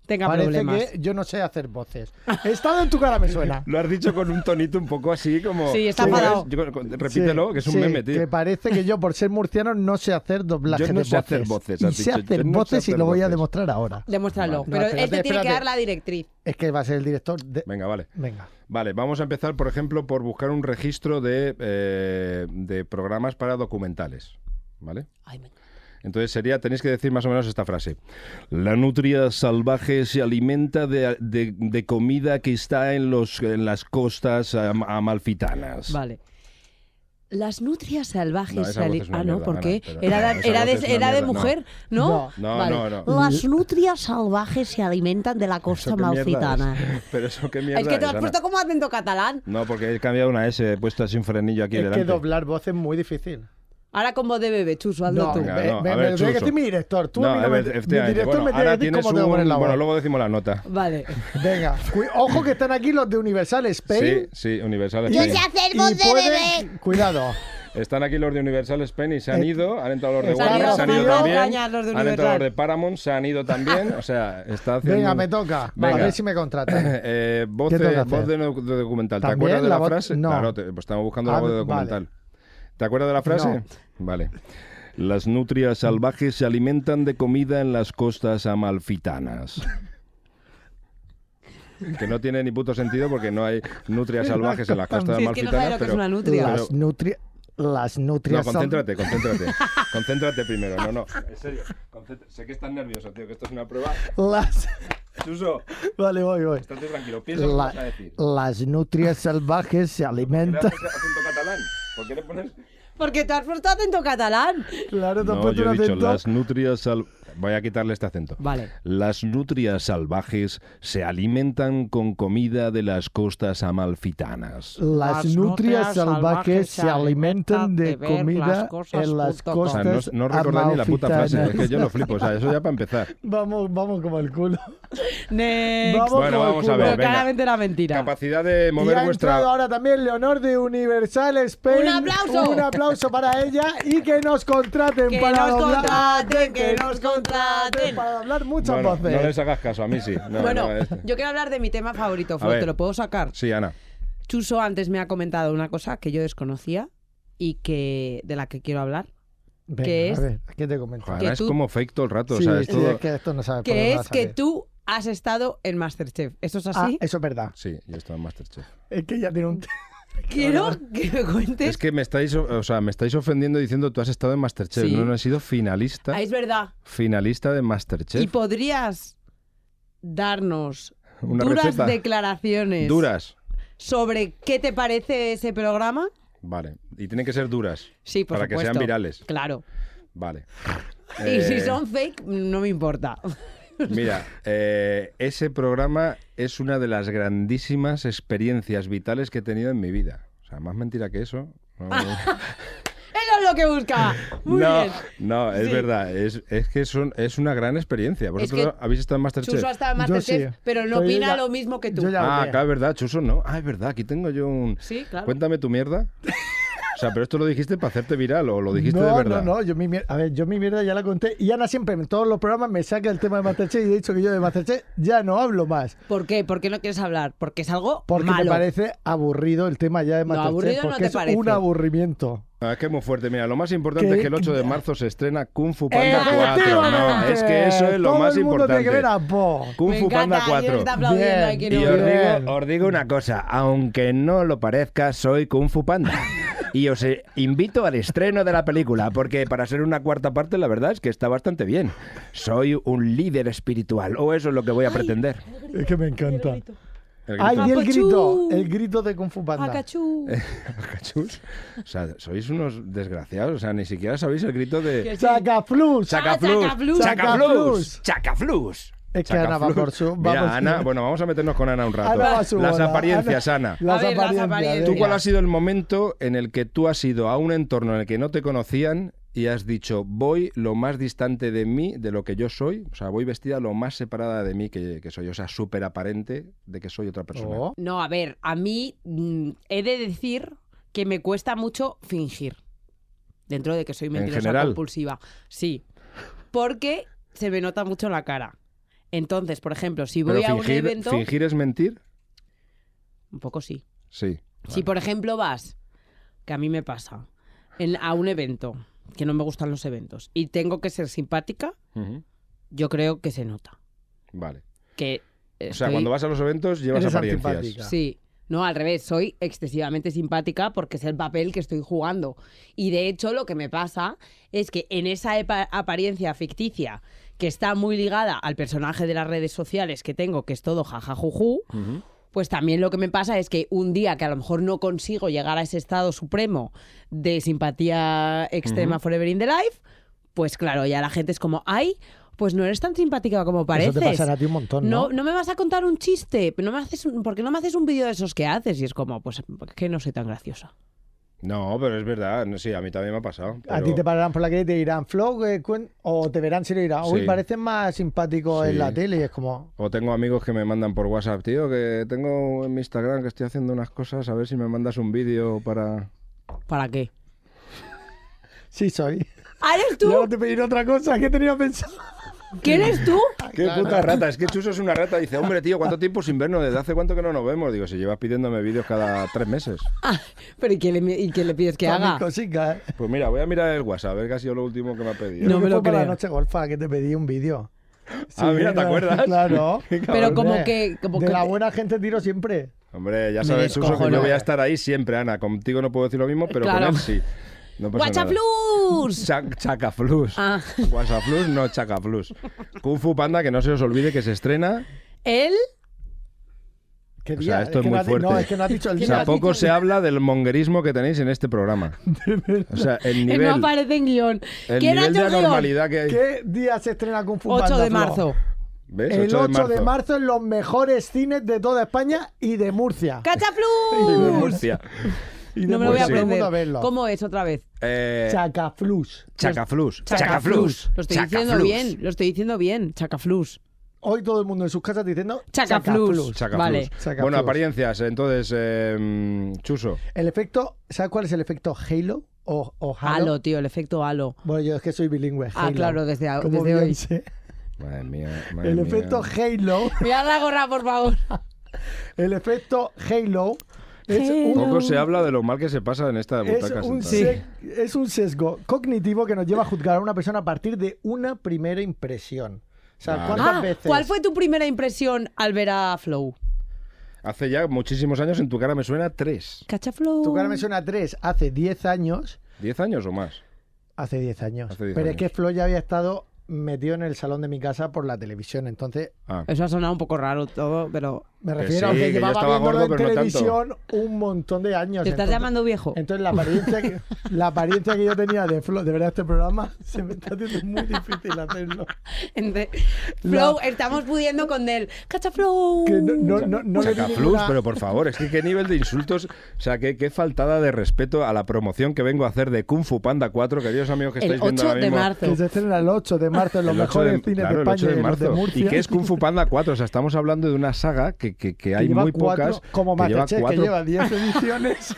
Speaker 4: tenga
Speaker 3: parece
Speaker 4: problemas.
Speaker 3: que yo no sé hacer voces. He estado en tu cara, me suena.
Speaker 6: Lo has dicho con un tonito un poco así como...
Speaker 4: Sí, está
Speaker 6: Yo-
Speaker 4: enfadado.
Speaker 6: yo- con- repítelo,
Speaker 3: Sí,
Speaker 6: que es un
Speaker 3: sí,
Speaker 6: meme, tío.
Speaker 3: Que parece que yo, por ser murciano, no sé hacer doblaje
Speaker 6: Yo no
Speaker 3: de
Speaker 6: sé hacer voces, has
Speaker 3: y sé
Speaker 6: dicho,
Speaker 3: hacer
Speaker 6: yo no sé
Speaker 3: voces y
Speaker 6: hacer
Speaker 3: lo voy a
Speaker 6: voces.
Speaker 3: demostrar ahora.
Speaker 4: Demuéstralo.
Speaker 3: Vale.
Speaker 4: Pero
Speaker 3: No,
Speaker 4: él te
Speaker 3: espérate,
Speaker 4: tiene que
Speaker 3: espérate.
Speaker 4: dar la directriz.
Speaker 3: Es que va a ser el director de...
Speaker 6: Venga, vale.
Speaker 3: Venga.
Speaker 6: Vale, vamos a empezar, por ejemplo, por buscar un registro de, eh, de programas para documentales. ¿Vale?
Speaker 4: Ay, me-
Speaker 6: Entonces sería, tenéis que decir más o menos esta frase. La nutria salvaje se alimenta de, de- de comida que está en, los, en las costas am- amalfitanas.
Speaker 4: Vale. Las nutrias salvajes.
Speaker 6: No, esa voz
Speaker 4: ali-
Speaker 6: es una
Speaker 4: ah, no,
Speaker 6: mierda,
Speaker 4: ¿por
Speaker 6: Ana,
Speaker 4: qué?
Speaker 6: pero-
Speaker 4: Era,
Speaker 6: no,
Speaker 4: de-
Speaker 6: esa
Speaker 4: era
Speaker 6: voz es
Speaker 4: de,
Speaker 6: una
Speaker 4: era de
Speaker 6: mierda, no.
Speaker 4: mujer, ¿no?
Speaker 6: No,
Speaker 4: Vale.
Speaker 6: no, no.
Speaker 7: Las nutrias salvajes se alimentan de la costa
Speaker 6: ¿Eso qué mierda
Speaker 7: malfitana.
Speaker 6: es? Pero eso qué mierda
Speaker 4: Es que te
Speaker 6: es,
Speaker 4: lo has
Speaker 6: Ana?
Speaker 4: puesto como acento catalán.
Speaker 6: No, porque he cambiado una S, he puesto así un frenillo aquí
Speaker 3: es
Speaker 6: delante.
Speaker 3: que doblar voces es muy difícil.
Speaker 4: Ahora como de bebé, chuso, hazlo
Speaker 3: No,
Speaker 4: tú.
Speaker 6: Venga,
Speaker 3: me,
Speaker 6: no,
Speaker 3: me-
Speaker 6: a
Speaker 3: me
Speaker 6: ver,
Speaker 3: lo tiene que
Speaker 6: Chuso.
Speaker 3: decir mi director. Tú a mí
Speaker 6: a
Speaker 3: no me-
Speaker 6: ver,
Speaker 3: mi
Speaker 6: efectivamente.
Speaker 3: director
Speaker 6: Bueno,
Speaker 3: me tiene que
Speaker 6: ahora
Speaker 3: decir
Speaker 6: tienes
Speaker 3: cómo tengo que poner
Speaker 6: un-
Speaker 3: la voz.
Speaker 6: Bueno, luego decimos la nota.
Speaker 4: Vale.
Speaker 3: Venga, cu- ojo que están aquí los de Universal Spain.
Speaker 6: Sí, sí, Universal
Speaker 3: Y-
Speaker 6: Spain.
Speaker 3: y pueden- Cuidado.
Speaker 6: Están aquí los de Universal Spain y se han
Speaker 3: Eh,
Speaker 6: ido. Han entrado los de
Speaker 3: está
Speaker 6: Warner, se han ido
Speaker 3: Rafael
Speaker 6: también.
Speaker 4: Ocaña, los de
Speaker 6: Han entrado
Speaker 4: Universal.
Speaker 6: los de Paramount, se han ido también. O sea, está haciendo...
Speaker 3: Venga, me toca.
Speaker 6: Venga.
Speaker 3: A ver si me contratan.
Speaker 6: Eh, voz,
Speaker 3: ¿Qué tengo que
Speaker 6: de, voz
Speaker 3: hacer?
Speaker 6: de no- de documental. ¿Te
Speaker 3: ¿También
Speaker 6: acuerdas de
Speaker 3: la
Speaker 6: la,
Speaker 3: voz-
Speaker 6: frase?
Speaker 3: no.
Speaker 6: Claro, te- pues estamos buscando la
Speaker 3: Ah,
Speaker 6: voz de
Speaker 3: vale.
Speaker 6: documental. ¿Te acuerdas de la frase? Vale. Las nutrias salvajes se alimentan de comida en las costas amalfitanas. Que no tiene ni puto sentido porque no hay nutrias salvajes en las costas
Speaker 4: Sí, es que no sabe
Speaker 6: amalfitanas.
Speaker 4: lo que es
Speaker 6: pero-
Speaker 4: una nutria.
Speaker 3: Las,
Speaker 6: pero-
Speaker 3: nutri las
Speaker 6: no,
Speaker 3: nutrias... son-
Speaker 6: concéntrate, concéntrate. concéntrate primero. No, no, en serio. concéntra- Sé que estás nervioso, tío, que esto es una prueba.
Speaker 3: Las...
Speaker 6: Suso,
Speaker 3: Vale, voy, voy.
Speaker 6: estate tranquilo. Piensa lo que
Speaker 3: La-
Speaker 6: vas a decir.
Speaker 3: las nutrias salvajes se alimentan...
Speaker 6: ¿Qué le haces acento catalán? ¿Por qué le pones
Speaker 4: Porque te has puesto acento catalán.
Speaker 3: Claro, te has
Speaker 6: No,
Speaker 3: puesto
Speaker 6: yo he
Speaker 3: un
Speaker 6: dicho,
Speaker 3: acento.
Speaker 6: las nutrias sal- Voy a quitarle este acento.
Speaker 4: Vale.
Speaker 6: Las nutrias salvajes se alimentan con comida de las costas amalfitanas.
Speaker 3: Las nutrias salvajes se alimentan de
Speaker 4: ver las
Speaker 3: comida
Speaker 4: cosas
Speaker 3: en las
Speaker 4: punto com.
Speaker 6: O sea, no,
Speaker 3: costas
Speaker 6: no recordáis ni la puta frase, es que
Speaker 3: amalfitanas.
Speaker 6: yo lo flipo. O sea, eso ya para empezar.
Speaker 3: Vamos, vamos como el culo.
Speaker 4: Next.
Speaker 3: Vamos
Speaker 6: Bueno,
Speaker 3: como el
Speaker 6: vamos a
Speaker 3: culo.
Speaker 6: ver,
Speaker 4: Pero
Speaker 6: venga.
Speaker 4: claramente era mentira.
Speaker 6: Capacidad de
Speaker 3: Y
Speaker 6: mover
Speaker 3: ha entrado
Speaker 6: vuestra.
Speaker 3: ahora también Leonor de Universal Spain.
Speaker 4: ¡Un aplauso!
Speaker 3: Un aplauso para ella y que nos contraten
Speaker 4: Que
Speaker 3: para
Speaker 4: nos
Speaker 3: doblar.
Speaker 4: contraten, que nos contraten.
Speaker 3: Para doblar muchas
Speaker 6: Bueno, no
Speaker 3: voces.
Speaker 6: les hagas caso, a mí sí. No,
Speaker 4: bueno,
Speaker 6: no, este.
Speaker 4: yo quiero hablar de mi tema favorito, Flo,
Speaker 6: ver.
Speaker 4: ¿te lo puedo sacar?
Speaker 6: Sí, Ana.
Speaker 4: Chuso antes me ha comentado una cosa que yo desconocía y que de la que quiero hablar,
Speaker 3: Venga,
Speaker 4: ¿Qué es?
Speaker 3: A ver, ¿qué te comento?
Speaker 6: Joder,
Speaker 4: Que
Speaker 6: Ana es
Speaker 4: tú-
Speaker 6: como fake todo el rato.
Speaker 3: sí,
Speaker 6: o sea, es
Speaker 3: sí,
Speaker 6: todo-
Speaker 3: es que esto no sabe por
Speaker 4: que
Speaker 3: dónde va
Speaker 4: es
Speaker 3: a
Speaker 4: que
Speaker 3: salir.
Speaker 4: tú has estado en Masterchef. ¿Eso es
Speaker 3: Ah,
Speaker 4: así?
Speaker 3: eso es verdad.
Speaker 6: Sí, yo estaba en Masterchef.
Speaker 3: Es que ya tiene un...
Speaker 4: quiero que me cuentes.
Speaker 6: Es que me estáis, o sea, me estáis ofendiendo diciendo tú has estado en Masterchef.
Speaker 4: Sí.
Speaker 6: No, no he sido finalista.
Speaker 4: Ah, es verdad.
Speaker 6: Finalista de
Speaker 4: Y
Speaker 6: Masterchef.
Speaker 4: podrías darnos
Speaker 6: Una
Speaker 4: duras
Speaker 6: receta.
Speaker 4: declaraciones
Speaker 6: Duras.
Speaker 4: sobre qué te parece ese programa.
Speaker 6: Vale. Y tienen que ser duras.
Speaker 4: Sí, por
Speaker 6: Para que sean
Speaker 4: supuesto.
Speaker 6: virales.
Speaker 4: Claro.
Speaker 6: Vale.
Speaker 4: Y
Speaker 6: Eh,
Speaker 4: si son fake, no me importa.
Speaker 6: Mira, eh, ese programa es una de las grandísimas experiencias vitales que he tenido en mi vida. O sea, más mentira que eso. no-
Speaker 4: Eso es lo que busca. Ah, Muy
Speaker 6: no,
Speaker 4: bien.
Speaker 6: no, es
Speaker 4: Sí.
Speaker 6: verdad. Es, es que son, es una gran experiencia. Vosotros
Speaker 4: que
Speaker 6: habéis estado en Masterchef.
Speaker 4: Chuso ha estado en
Speaker 3: Yo
Speaker 4: Masterchef,
Speaker 3: sí.
Speaker 4: pero no
Speaker 3: Pero yo
Speaker 4: opina
Speaker 3: ya-
Speaker 4: lo mismo que tú.
Speaker 3: yo ya-
Speaker 6: Ah,
Speaker 3: Aldea.
Speaker 6: claro, es verdad, Chuso, no. Ah, es verdad, aquí tengo yo un...
Speaker 4: Sí, claro.
Speaker 6: Cuéntame tu mierda. O sea, pero esto lo dijiste para hacerte viral o lo dijiste
Speaker 3: no,
Speaker 6: de verdad.
Speaker 3: No, no, yo mi mierda, a ver, yo mi mierda ya la conté. Y Ana siempre en todos los programas me saca el tema de Masterchef y he dicho que yo de Masterchef ya no hablo más.
Speaker 4: ¿Por qué? ¿Por qué no quieres hablar? Porque es algo
Speaker 3: Porque me
Speaker 4: malo.
Speaker 3: parece aburrido el tema ya de
Speaker 4: No,
Speaker 3: Masterchef.
Speaker 4: aburrido no
Speaker 3: porque
Speaker 4: te
Speaker 3: es un
Speaker 4: parece.
Speaker 3: aburrimiento.
Speaker 6: Ah, es que es muy fuerte. Mira, lo más importante
Speaker 3: ¿Qué?
Speaker 6: es que el 8 de marzo se estrena Kung Fu Panda 4. No,
Speaker 3: Efectivamente.
Speaker 6: es que eso es lo
Speaker 3: Todo
Speaker 6: más
Speaker 3: el mundo tiene
Speaker 6: importante.
Speaker 3: que ver a Po.
Speaker 6: Kung
Speaker 4: Me
Speaker 6: Fu
Speaker 4: encanta,
Speaker 6: Panda
Speaker 4: alguien
Speaker 6: 4.
Speaker 4: está aplaudiendo
Speaker 3: Bien.
Speaker 4: ahí que
Speaker 6: Y
Speaker 4: no-
Speaker 6: os
Speaker 3: Bien.
Speaker 6: digo, os digo una cosa, aunque no lo parezca, soy Kung Fu Panda. Y os eh, invito al estreno de la película, porque para ser una cuarta parte, la verdad es que está bastante bien. Soy un líder espiritual, o eso es lo que voy a pretender.
Speaker 3: Es que me encanta.
Speaker 6: El grito.
Speaker 3: Ay, y el
Speaker 4: Apachú.
Speaker 3: grito, el grito de Kung Fu Panda.
Speaker 4: Pacachú.
Speaker 6: Cachus. O sea, sois unos desgraciados. O sea, ni siquiera sabéis el grito de.
Speaker 4: Que sí.
Speaker 3: Chacaflus.
Speaker 6: ¡Chacaflus!
Speaker 4: Chacaflus!
Speaker 6: ¡Chacaflus! ¡Chacaflus!
Speaker 3: Es que Ana va
Speaker 6: Chacaflus.
Speaker 3: por su- va
Speaker 6: Mira,
Speaker 3: por su-
Speaker 6: Ana, bueno, vamos a meternos con Ana un rato.
Speaker 3: Ana va a su
Speaker 6: Las
Speaker 3: bola.
Speaker 6: apariencias, Ana.
Speaker 3: Las
Speaker 4: A ver, las
Speaker 3: apariencias.
Speaker 4: apariencias.
Speaker 6: ¿Tú
Speaker 3: venga.
Speaker 6: cuál ha sido el momento en el que tú has ido a un entorno en el que no te conocían y has dicho, voy lo más distante de mí, de lo que yo soy? O sea, voy vestida lo más separada de mí que, que soy. O sea, súper aparente de que soy otra persona.
Speaker 3: Oh.
Speaker 4: No, a ver, a mí mm, he de decir que me cuesta mucho fingir. Dentro de que soy mentirosa
Speaker 6: general?
Speaker 4: compulsiva. Sí. Porque se me nota mucho la cara. Entonces, por ejemplo, si voy
Speaker 6: Pero
Speaker 4: a un
Speaker 6: fingir,
Speaker 4: evento.
Speaker 6: ¿Fingir es mentir?
Speaker 4: Un poco sí.
Speaker 6: Sí.
Speaker 4: Si, por ejemplo, vas, que a mí me pasa, en- a un evento, que no me gustan los eventos, y tengo que ser simpática,
Speaker 6: Ujú.
Speaker 4: yo creo que se nota.
Speaker 6: Vale.
Speaker 4: Que eh,
Speaker 6: O sea, cuando vas a los eventos llevas
Speaker 3: Eres
Speaker 6: apariencias.
Speaker 3: antipática.
Speaker 4: Sí. No, al revés, soy excesivamente simpática porque es el papel que estoy jugando. Y de hecho lo que me pasa es que en esa epa- apariencia ficticia que está muy ligada al personaje de las redes sociales que tengo, que es todo jajajujú,
Speaker 6: Ujú.
Speaker 4: pues también lo que me pasa es que un día que a lo mejor no consigo llegar a ese estado supremo de simpatía extrema forever in the life, pues claro, ya la gente es como, ay, pues no eres tan simpática como pareces.
Speaker 3: Eso te pasará a ti un montón, ¿no?
Speaker 4: No, no me vas a contar un chiste, no me haces un- ¿por qué no me haces un vídeo de esos que haces? Y es como, pues que no soy tan graciosa.
Speaker 6: No, pero es verdad. No, sí, a mí también me ha pasado.
Speaker 3: A
Speaker 6: pero-
Speaker 3: ti te pararán por la calle y te dirán, Flow, eh, cuen-", o te verán si le dirán, uy,
Speaker 6: Sí.
Speaker 3: pareces más simpático
Speaker 6: Sí.
Speaker 3: en la tele. Y es como,
Speaker 6: O tengo amigos que me mandan por WhatsApp, tío, que tengo en mi Instagram que estoy haciendo unas cosas, a ver si me mandas un vídeo para...
Speaker 4: ¿Para qué?
Speaker 3: sí soy.
Speaker 4: ¿Ah, ¿Eres
Speaker 3: Y ahora
Speaker 4: tú?
Speaker 3: te pediré otra cosa que tenía pensado.
Speaker 4: ¿Quién eres tú?
Speaker 6: ¡Qué puta rata! Es que Chuso es una rata. Dice, hombre, tío, ¿cuánto tiempo sin vernos? ¿Desde hace cuánto que no nos vemos? Digo, si llevas pidiéndome vídeos cada tres meses.
Speaker 4: Ah, pero ¿y qué le, y qué le pides que haga?
Speaker 3: Cosica.
Speaker 6: Pues mira, voy a mirar el WhatsApp, a ver qué ha sido lo último que me ha pedido.
Speaker 4: No me lo
Speaker 3: para la
Speaker 4: creo.
Speaker 3: noche golfa que te pedí un vídeo.
Speaker 6: Ah, mira, ¿te acuerdas?
Speaker 3: Claro.
Speaker 4: Pero como
Speaker 3: Hombre,
Speaker 4: que- como
Speaker 3: de
Speaker 4: que-
Speaker 3: la buena gente tiro siempre.
Speaker 6: Hombre, ya
Speaker 4: Me
Speaker 6: sabes, Chuso, que
Speaker 4: descojono.
Speaker 6: yo voy a estar ahí siempre, Ana. Contigo no puedo decir lo mismo, pero
Speaker 4: Claro.
Speaker 6: con él sí. No pasa nada.
Speaker 4: ¡Guachaflus!
Speaker 6: Chac-
Speaker 4: Pues
Speaker 6: Chacaflus.
Speaker 4: Ah.
Speaker 6: Guasaflus, no Chacaflus. Kung Fu Panda, que no se os olvide que se estrena
Speaker 4: Él
Speaker 3: ¿Qué ¿Qué
Speaker 6: O sea,
Speaker 3: este día?
Speaker 6: esto es,
Speaker 3: que
Speaker 6: muy
Speaker 3: no has di-
Speaker 6: fuerte.
Speaker 3: No, es que no has dicho el
Speaker 6: O
Speaker 3: día.
Speaker 6: sea,
Speaker 3: has dicho
Speaker 6: poco
Speaker 3: el
Speaker 6: se
Speaker 3: día.
Speaker 6: habla del monguerismo que tenéis en este programa. O sea, el
Speaker 4: Que Eh, no
Speaker 6: nivel,
Speaker 4: aparece en guión.
Speaker 6: el
Speaker 4: ¿Quién ha
Speaker 6: nivel
Speaker 4: hecho
Speaker 6: de
Speaker 4: el guión?
Speaker 6: anormalidad que hay.
Speaker 3: ¿Qué día se estrena Kung Fu
Speaker 4: 8
Speaker 3: Panda,
Speaker 4: de
Speaker 3: Flo?
Speaker 4: marzo.
Speaker 6: ¿Ves?
Speaker 3: El 8 de marzo.
Speaker 6: marzo.
Speaker 3: en los mejores cines de toda España y de Murcia.
Speaker 4: ¡Cachaplus!
Speaker 6: Hostia.
Speaker 3: Y de
Speaker 4: No me lo voy a
Speaker 3: Murcia. Todo el mundo
Speaker 4: aprender.
Speaker 3: a verlo.
Speaker 4: ¿Cómo es otra vez?
Speaker 6: Eh,
Speaker 3: Chacaflus.
Speaker 6: chacaflus.
Speaker 4: Chacaflus.
Speaker 6: Chacaflus.
Speaker 4: Lo estoy diciendo
Speaker 6: Chacaflus.
Speaker 4: bien, lo estoy diciendo bien. Chacaflus.
Speaker 3: Hoy todo el mundo en sus casas diciendo
Speaker 4: Chacaflus.
Speaker 6: Chacaflus.
Speaker 4: Vale.
Speaker 3: Chacaflus.
Speaker 6: Bueno, apariencias. Entonces, eh, mm, Chuso.
Speaker 3: El efecto, ¿sabes cuál es el efecto Halo o, o Halo?
Speaker 4: Halo, tío, el efecto halo.
Speaker 3: Bueno, yo es que soy bilingüe.
Speaker 4: Ah,
Speaker 3: Halo.
Speaker 4: claro, desde a-
Speaker 3: Como
Speaker 4: desde hoy.
Speaker 3: Beyoncé.
Speaker 6: Madre mía. madre
Speaker 3: El
Speaker 6: mía.
Speaker 3: efecto Halo,
Speaker 4: Mirad la gorra, por favor.
Speaker 3: el efecto Halo es un,
Speaker 6: Poco se habla de lo mal que se pasa en esta
Speaker 3: es
Speaker 6: butaca.
Speaker 3: un
Speaker 6: sentada.
Speaker 3: sec- es un sesgo cognitivo que nos lleva a juzgar a una persona a partir de una primera impresión. O sea,
Speaker 6: Claro.
Speaker 3: ¿cuántas
Speaker 4: Ah,
Speaker 3: veces?
Speaker 4: ¿Cuál fue tu primera impresión al ver a Flow?
Speaker 6: Hace ya muchísimos años en tu cara me suena tres.
Speaker 4: Cachaflow.
Speaker 3: Tu cara me suena a tres hace 10 años.
Speaker 6: ¿Diez años o más?
Speaker 3: Hace 10 años.
Speaker 6: Hace 10
Speaker 3: Pero es
Speaker 6: años.
Speaker 3: que Flo ya había estado metido en el salón de mi casa por la televisión. Entonces,
Speaker 6: Ah.
Speaker 4: Eso ha sonado un poco raro todo, pero.
Speaker 3: me
Speaker 6: Que
Speaker 3: refiero a
Speaker 6: sí, que
Speaker 3: que
Speaker 6: yo
Speaker 3: llevaba
Speaker 6: estaba
Speaker 3: viéndolo
Speaker 6: gordo,
Speaker 3: en
Speaker 6: pero no tanto.
Speaker 3: televisión un montón de años.
Speaker 4: ¿Te estás
Speaker 3: Entonces-
Speaker 4: llamando viejo?
Speaker 3: Entonces, la apariencia, que, la apariencia que yo tenía de Flo, de verdad, este programa se me está haciendo muy difícil hacerlo.
Speaker 4: Entre-
Speaker 3: La-
Speaker 4: Flow, estamos pudiendo con él. ¡Cachaflow!
Speaker 3: Que no, no, no, no le di
Speaker 6: Chacaflus,
Speaker 3: ninguna-
Speaker 6: pero por favor, es que qué nivel de insultos, o sea, qué, qué faltada de respeto a la promoción que vengo a hacer de Kung Fu Panda 4, queridos amigos que
Speaker 4: El
Speaker 6: estáis viendo
Speaker 4: 8
Speaker 6: ahora
Speaker 4: de
Speaker 6: mismo.
Speaker 4: marzo.
Speaker 3: Que se estrena el 8 de marzo en los
Speaker 6: El 8
Speaker 3: mejores cines
Speaker 6: claro,
Speaker 3: de
Speaker 6: el
Speaker 3: España
Speaker 6: 8 de
Speaker 3: y en los de
Speaker 6: marzo.
Speaker 3: Murcia.
Speaker 6: ¿Y qué es Kung Fu Panda 4? O sea, estamos hablando de una saga que, que- que hay
Speaker 3: que lleva
Speaker 6: muy
Speaker 3: cuatro-
Speaker 6: pocas.
Speaker 3: Como
Speaker 6: que lleva
Speaker 3: Masterchef, que
Speaker 6: cuatro-
Speaker 3: lleva 10 ediciones.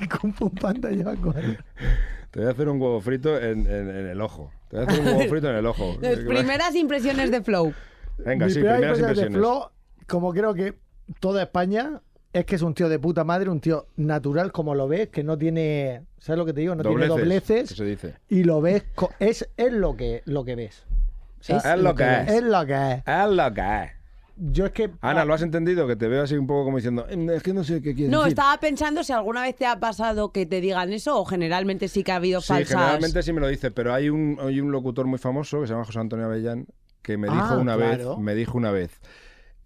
Speaker 3: y Kung Fu Panda lleva cuatro.
Speaker 6: Te voy a hacer un huevo frito en, en- en el ojo. Te voy a hacer un huevo frito en el ojo.
Speaker 4: Las primeras impresiones de Flow.
Speaker 6: Venga,
Speaker 3: Mi
Speaker 6: sí,
Speaker 3: primera
Speaker 6: primeras
Speaker 3: impresión
Speaker 6: impresiones.
Speaker 3: de Flo, como creo que toda España, es que es un tío de puta madre, un tío natural como lo ves, que no tiene, ¿sabes lo que te digo? No
Speaker 6: Dobleces,
Speaker 3: tiene
Speaker 6: que
Speaker 3: dobleces
Speaker 6: se dice.
Speaker 3: y lo ves, co- es, es lo, que, lo que ves. O sea,
Speaker 6: Es lo que
Speaker 3: ves.
Speaker 6: es.
Speaker 3: Es lo que es.
Speaker 6: Ah, lo que es.
Speaker 3: Yo es que...
Speaker 6: Ana, ¿lo has entendido? Que te veo así un poco como diciendo, "Mm, es que no sé qué quieres
Speaker 4: No,
Speaker 6: decir.
Speaker 4: estaba pensando si alguna vez te ha pasado que te digan eso o generalmente sí que ha habido
Speaker 6: Sí,
Speaker 4: falsas.
Speaker 6: generalmente sí me lo dice, pero hay un, hay un locutor muy famoso que se llama José Antonio Avellán que me
Speaker 3: Ah,
Speaker 6: dijo una
Speaker 3: claro.
Speaker 6: vez, me dijo una vez,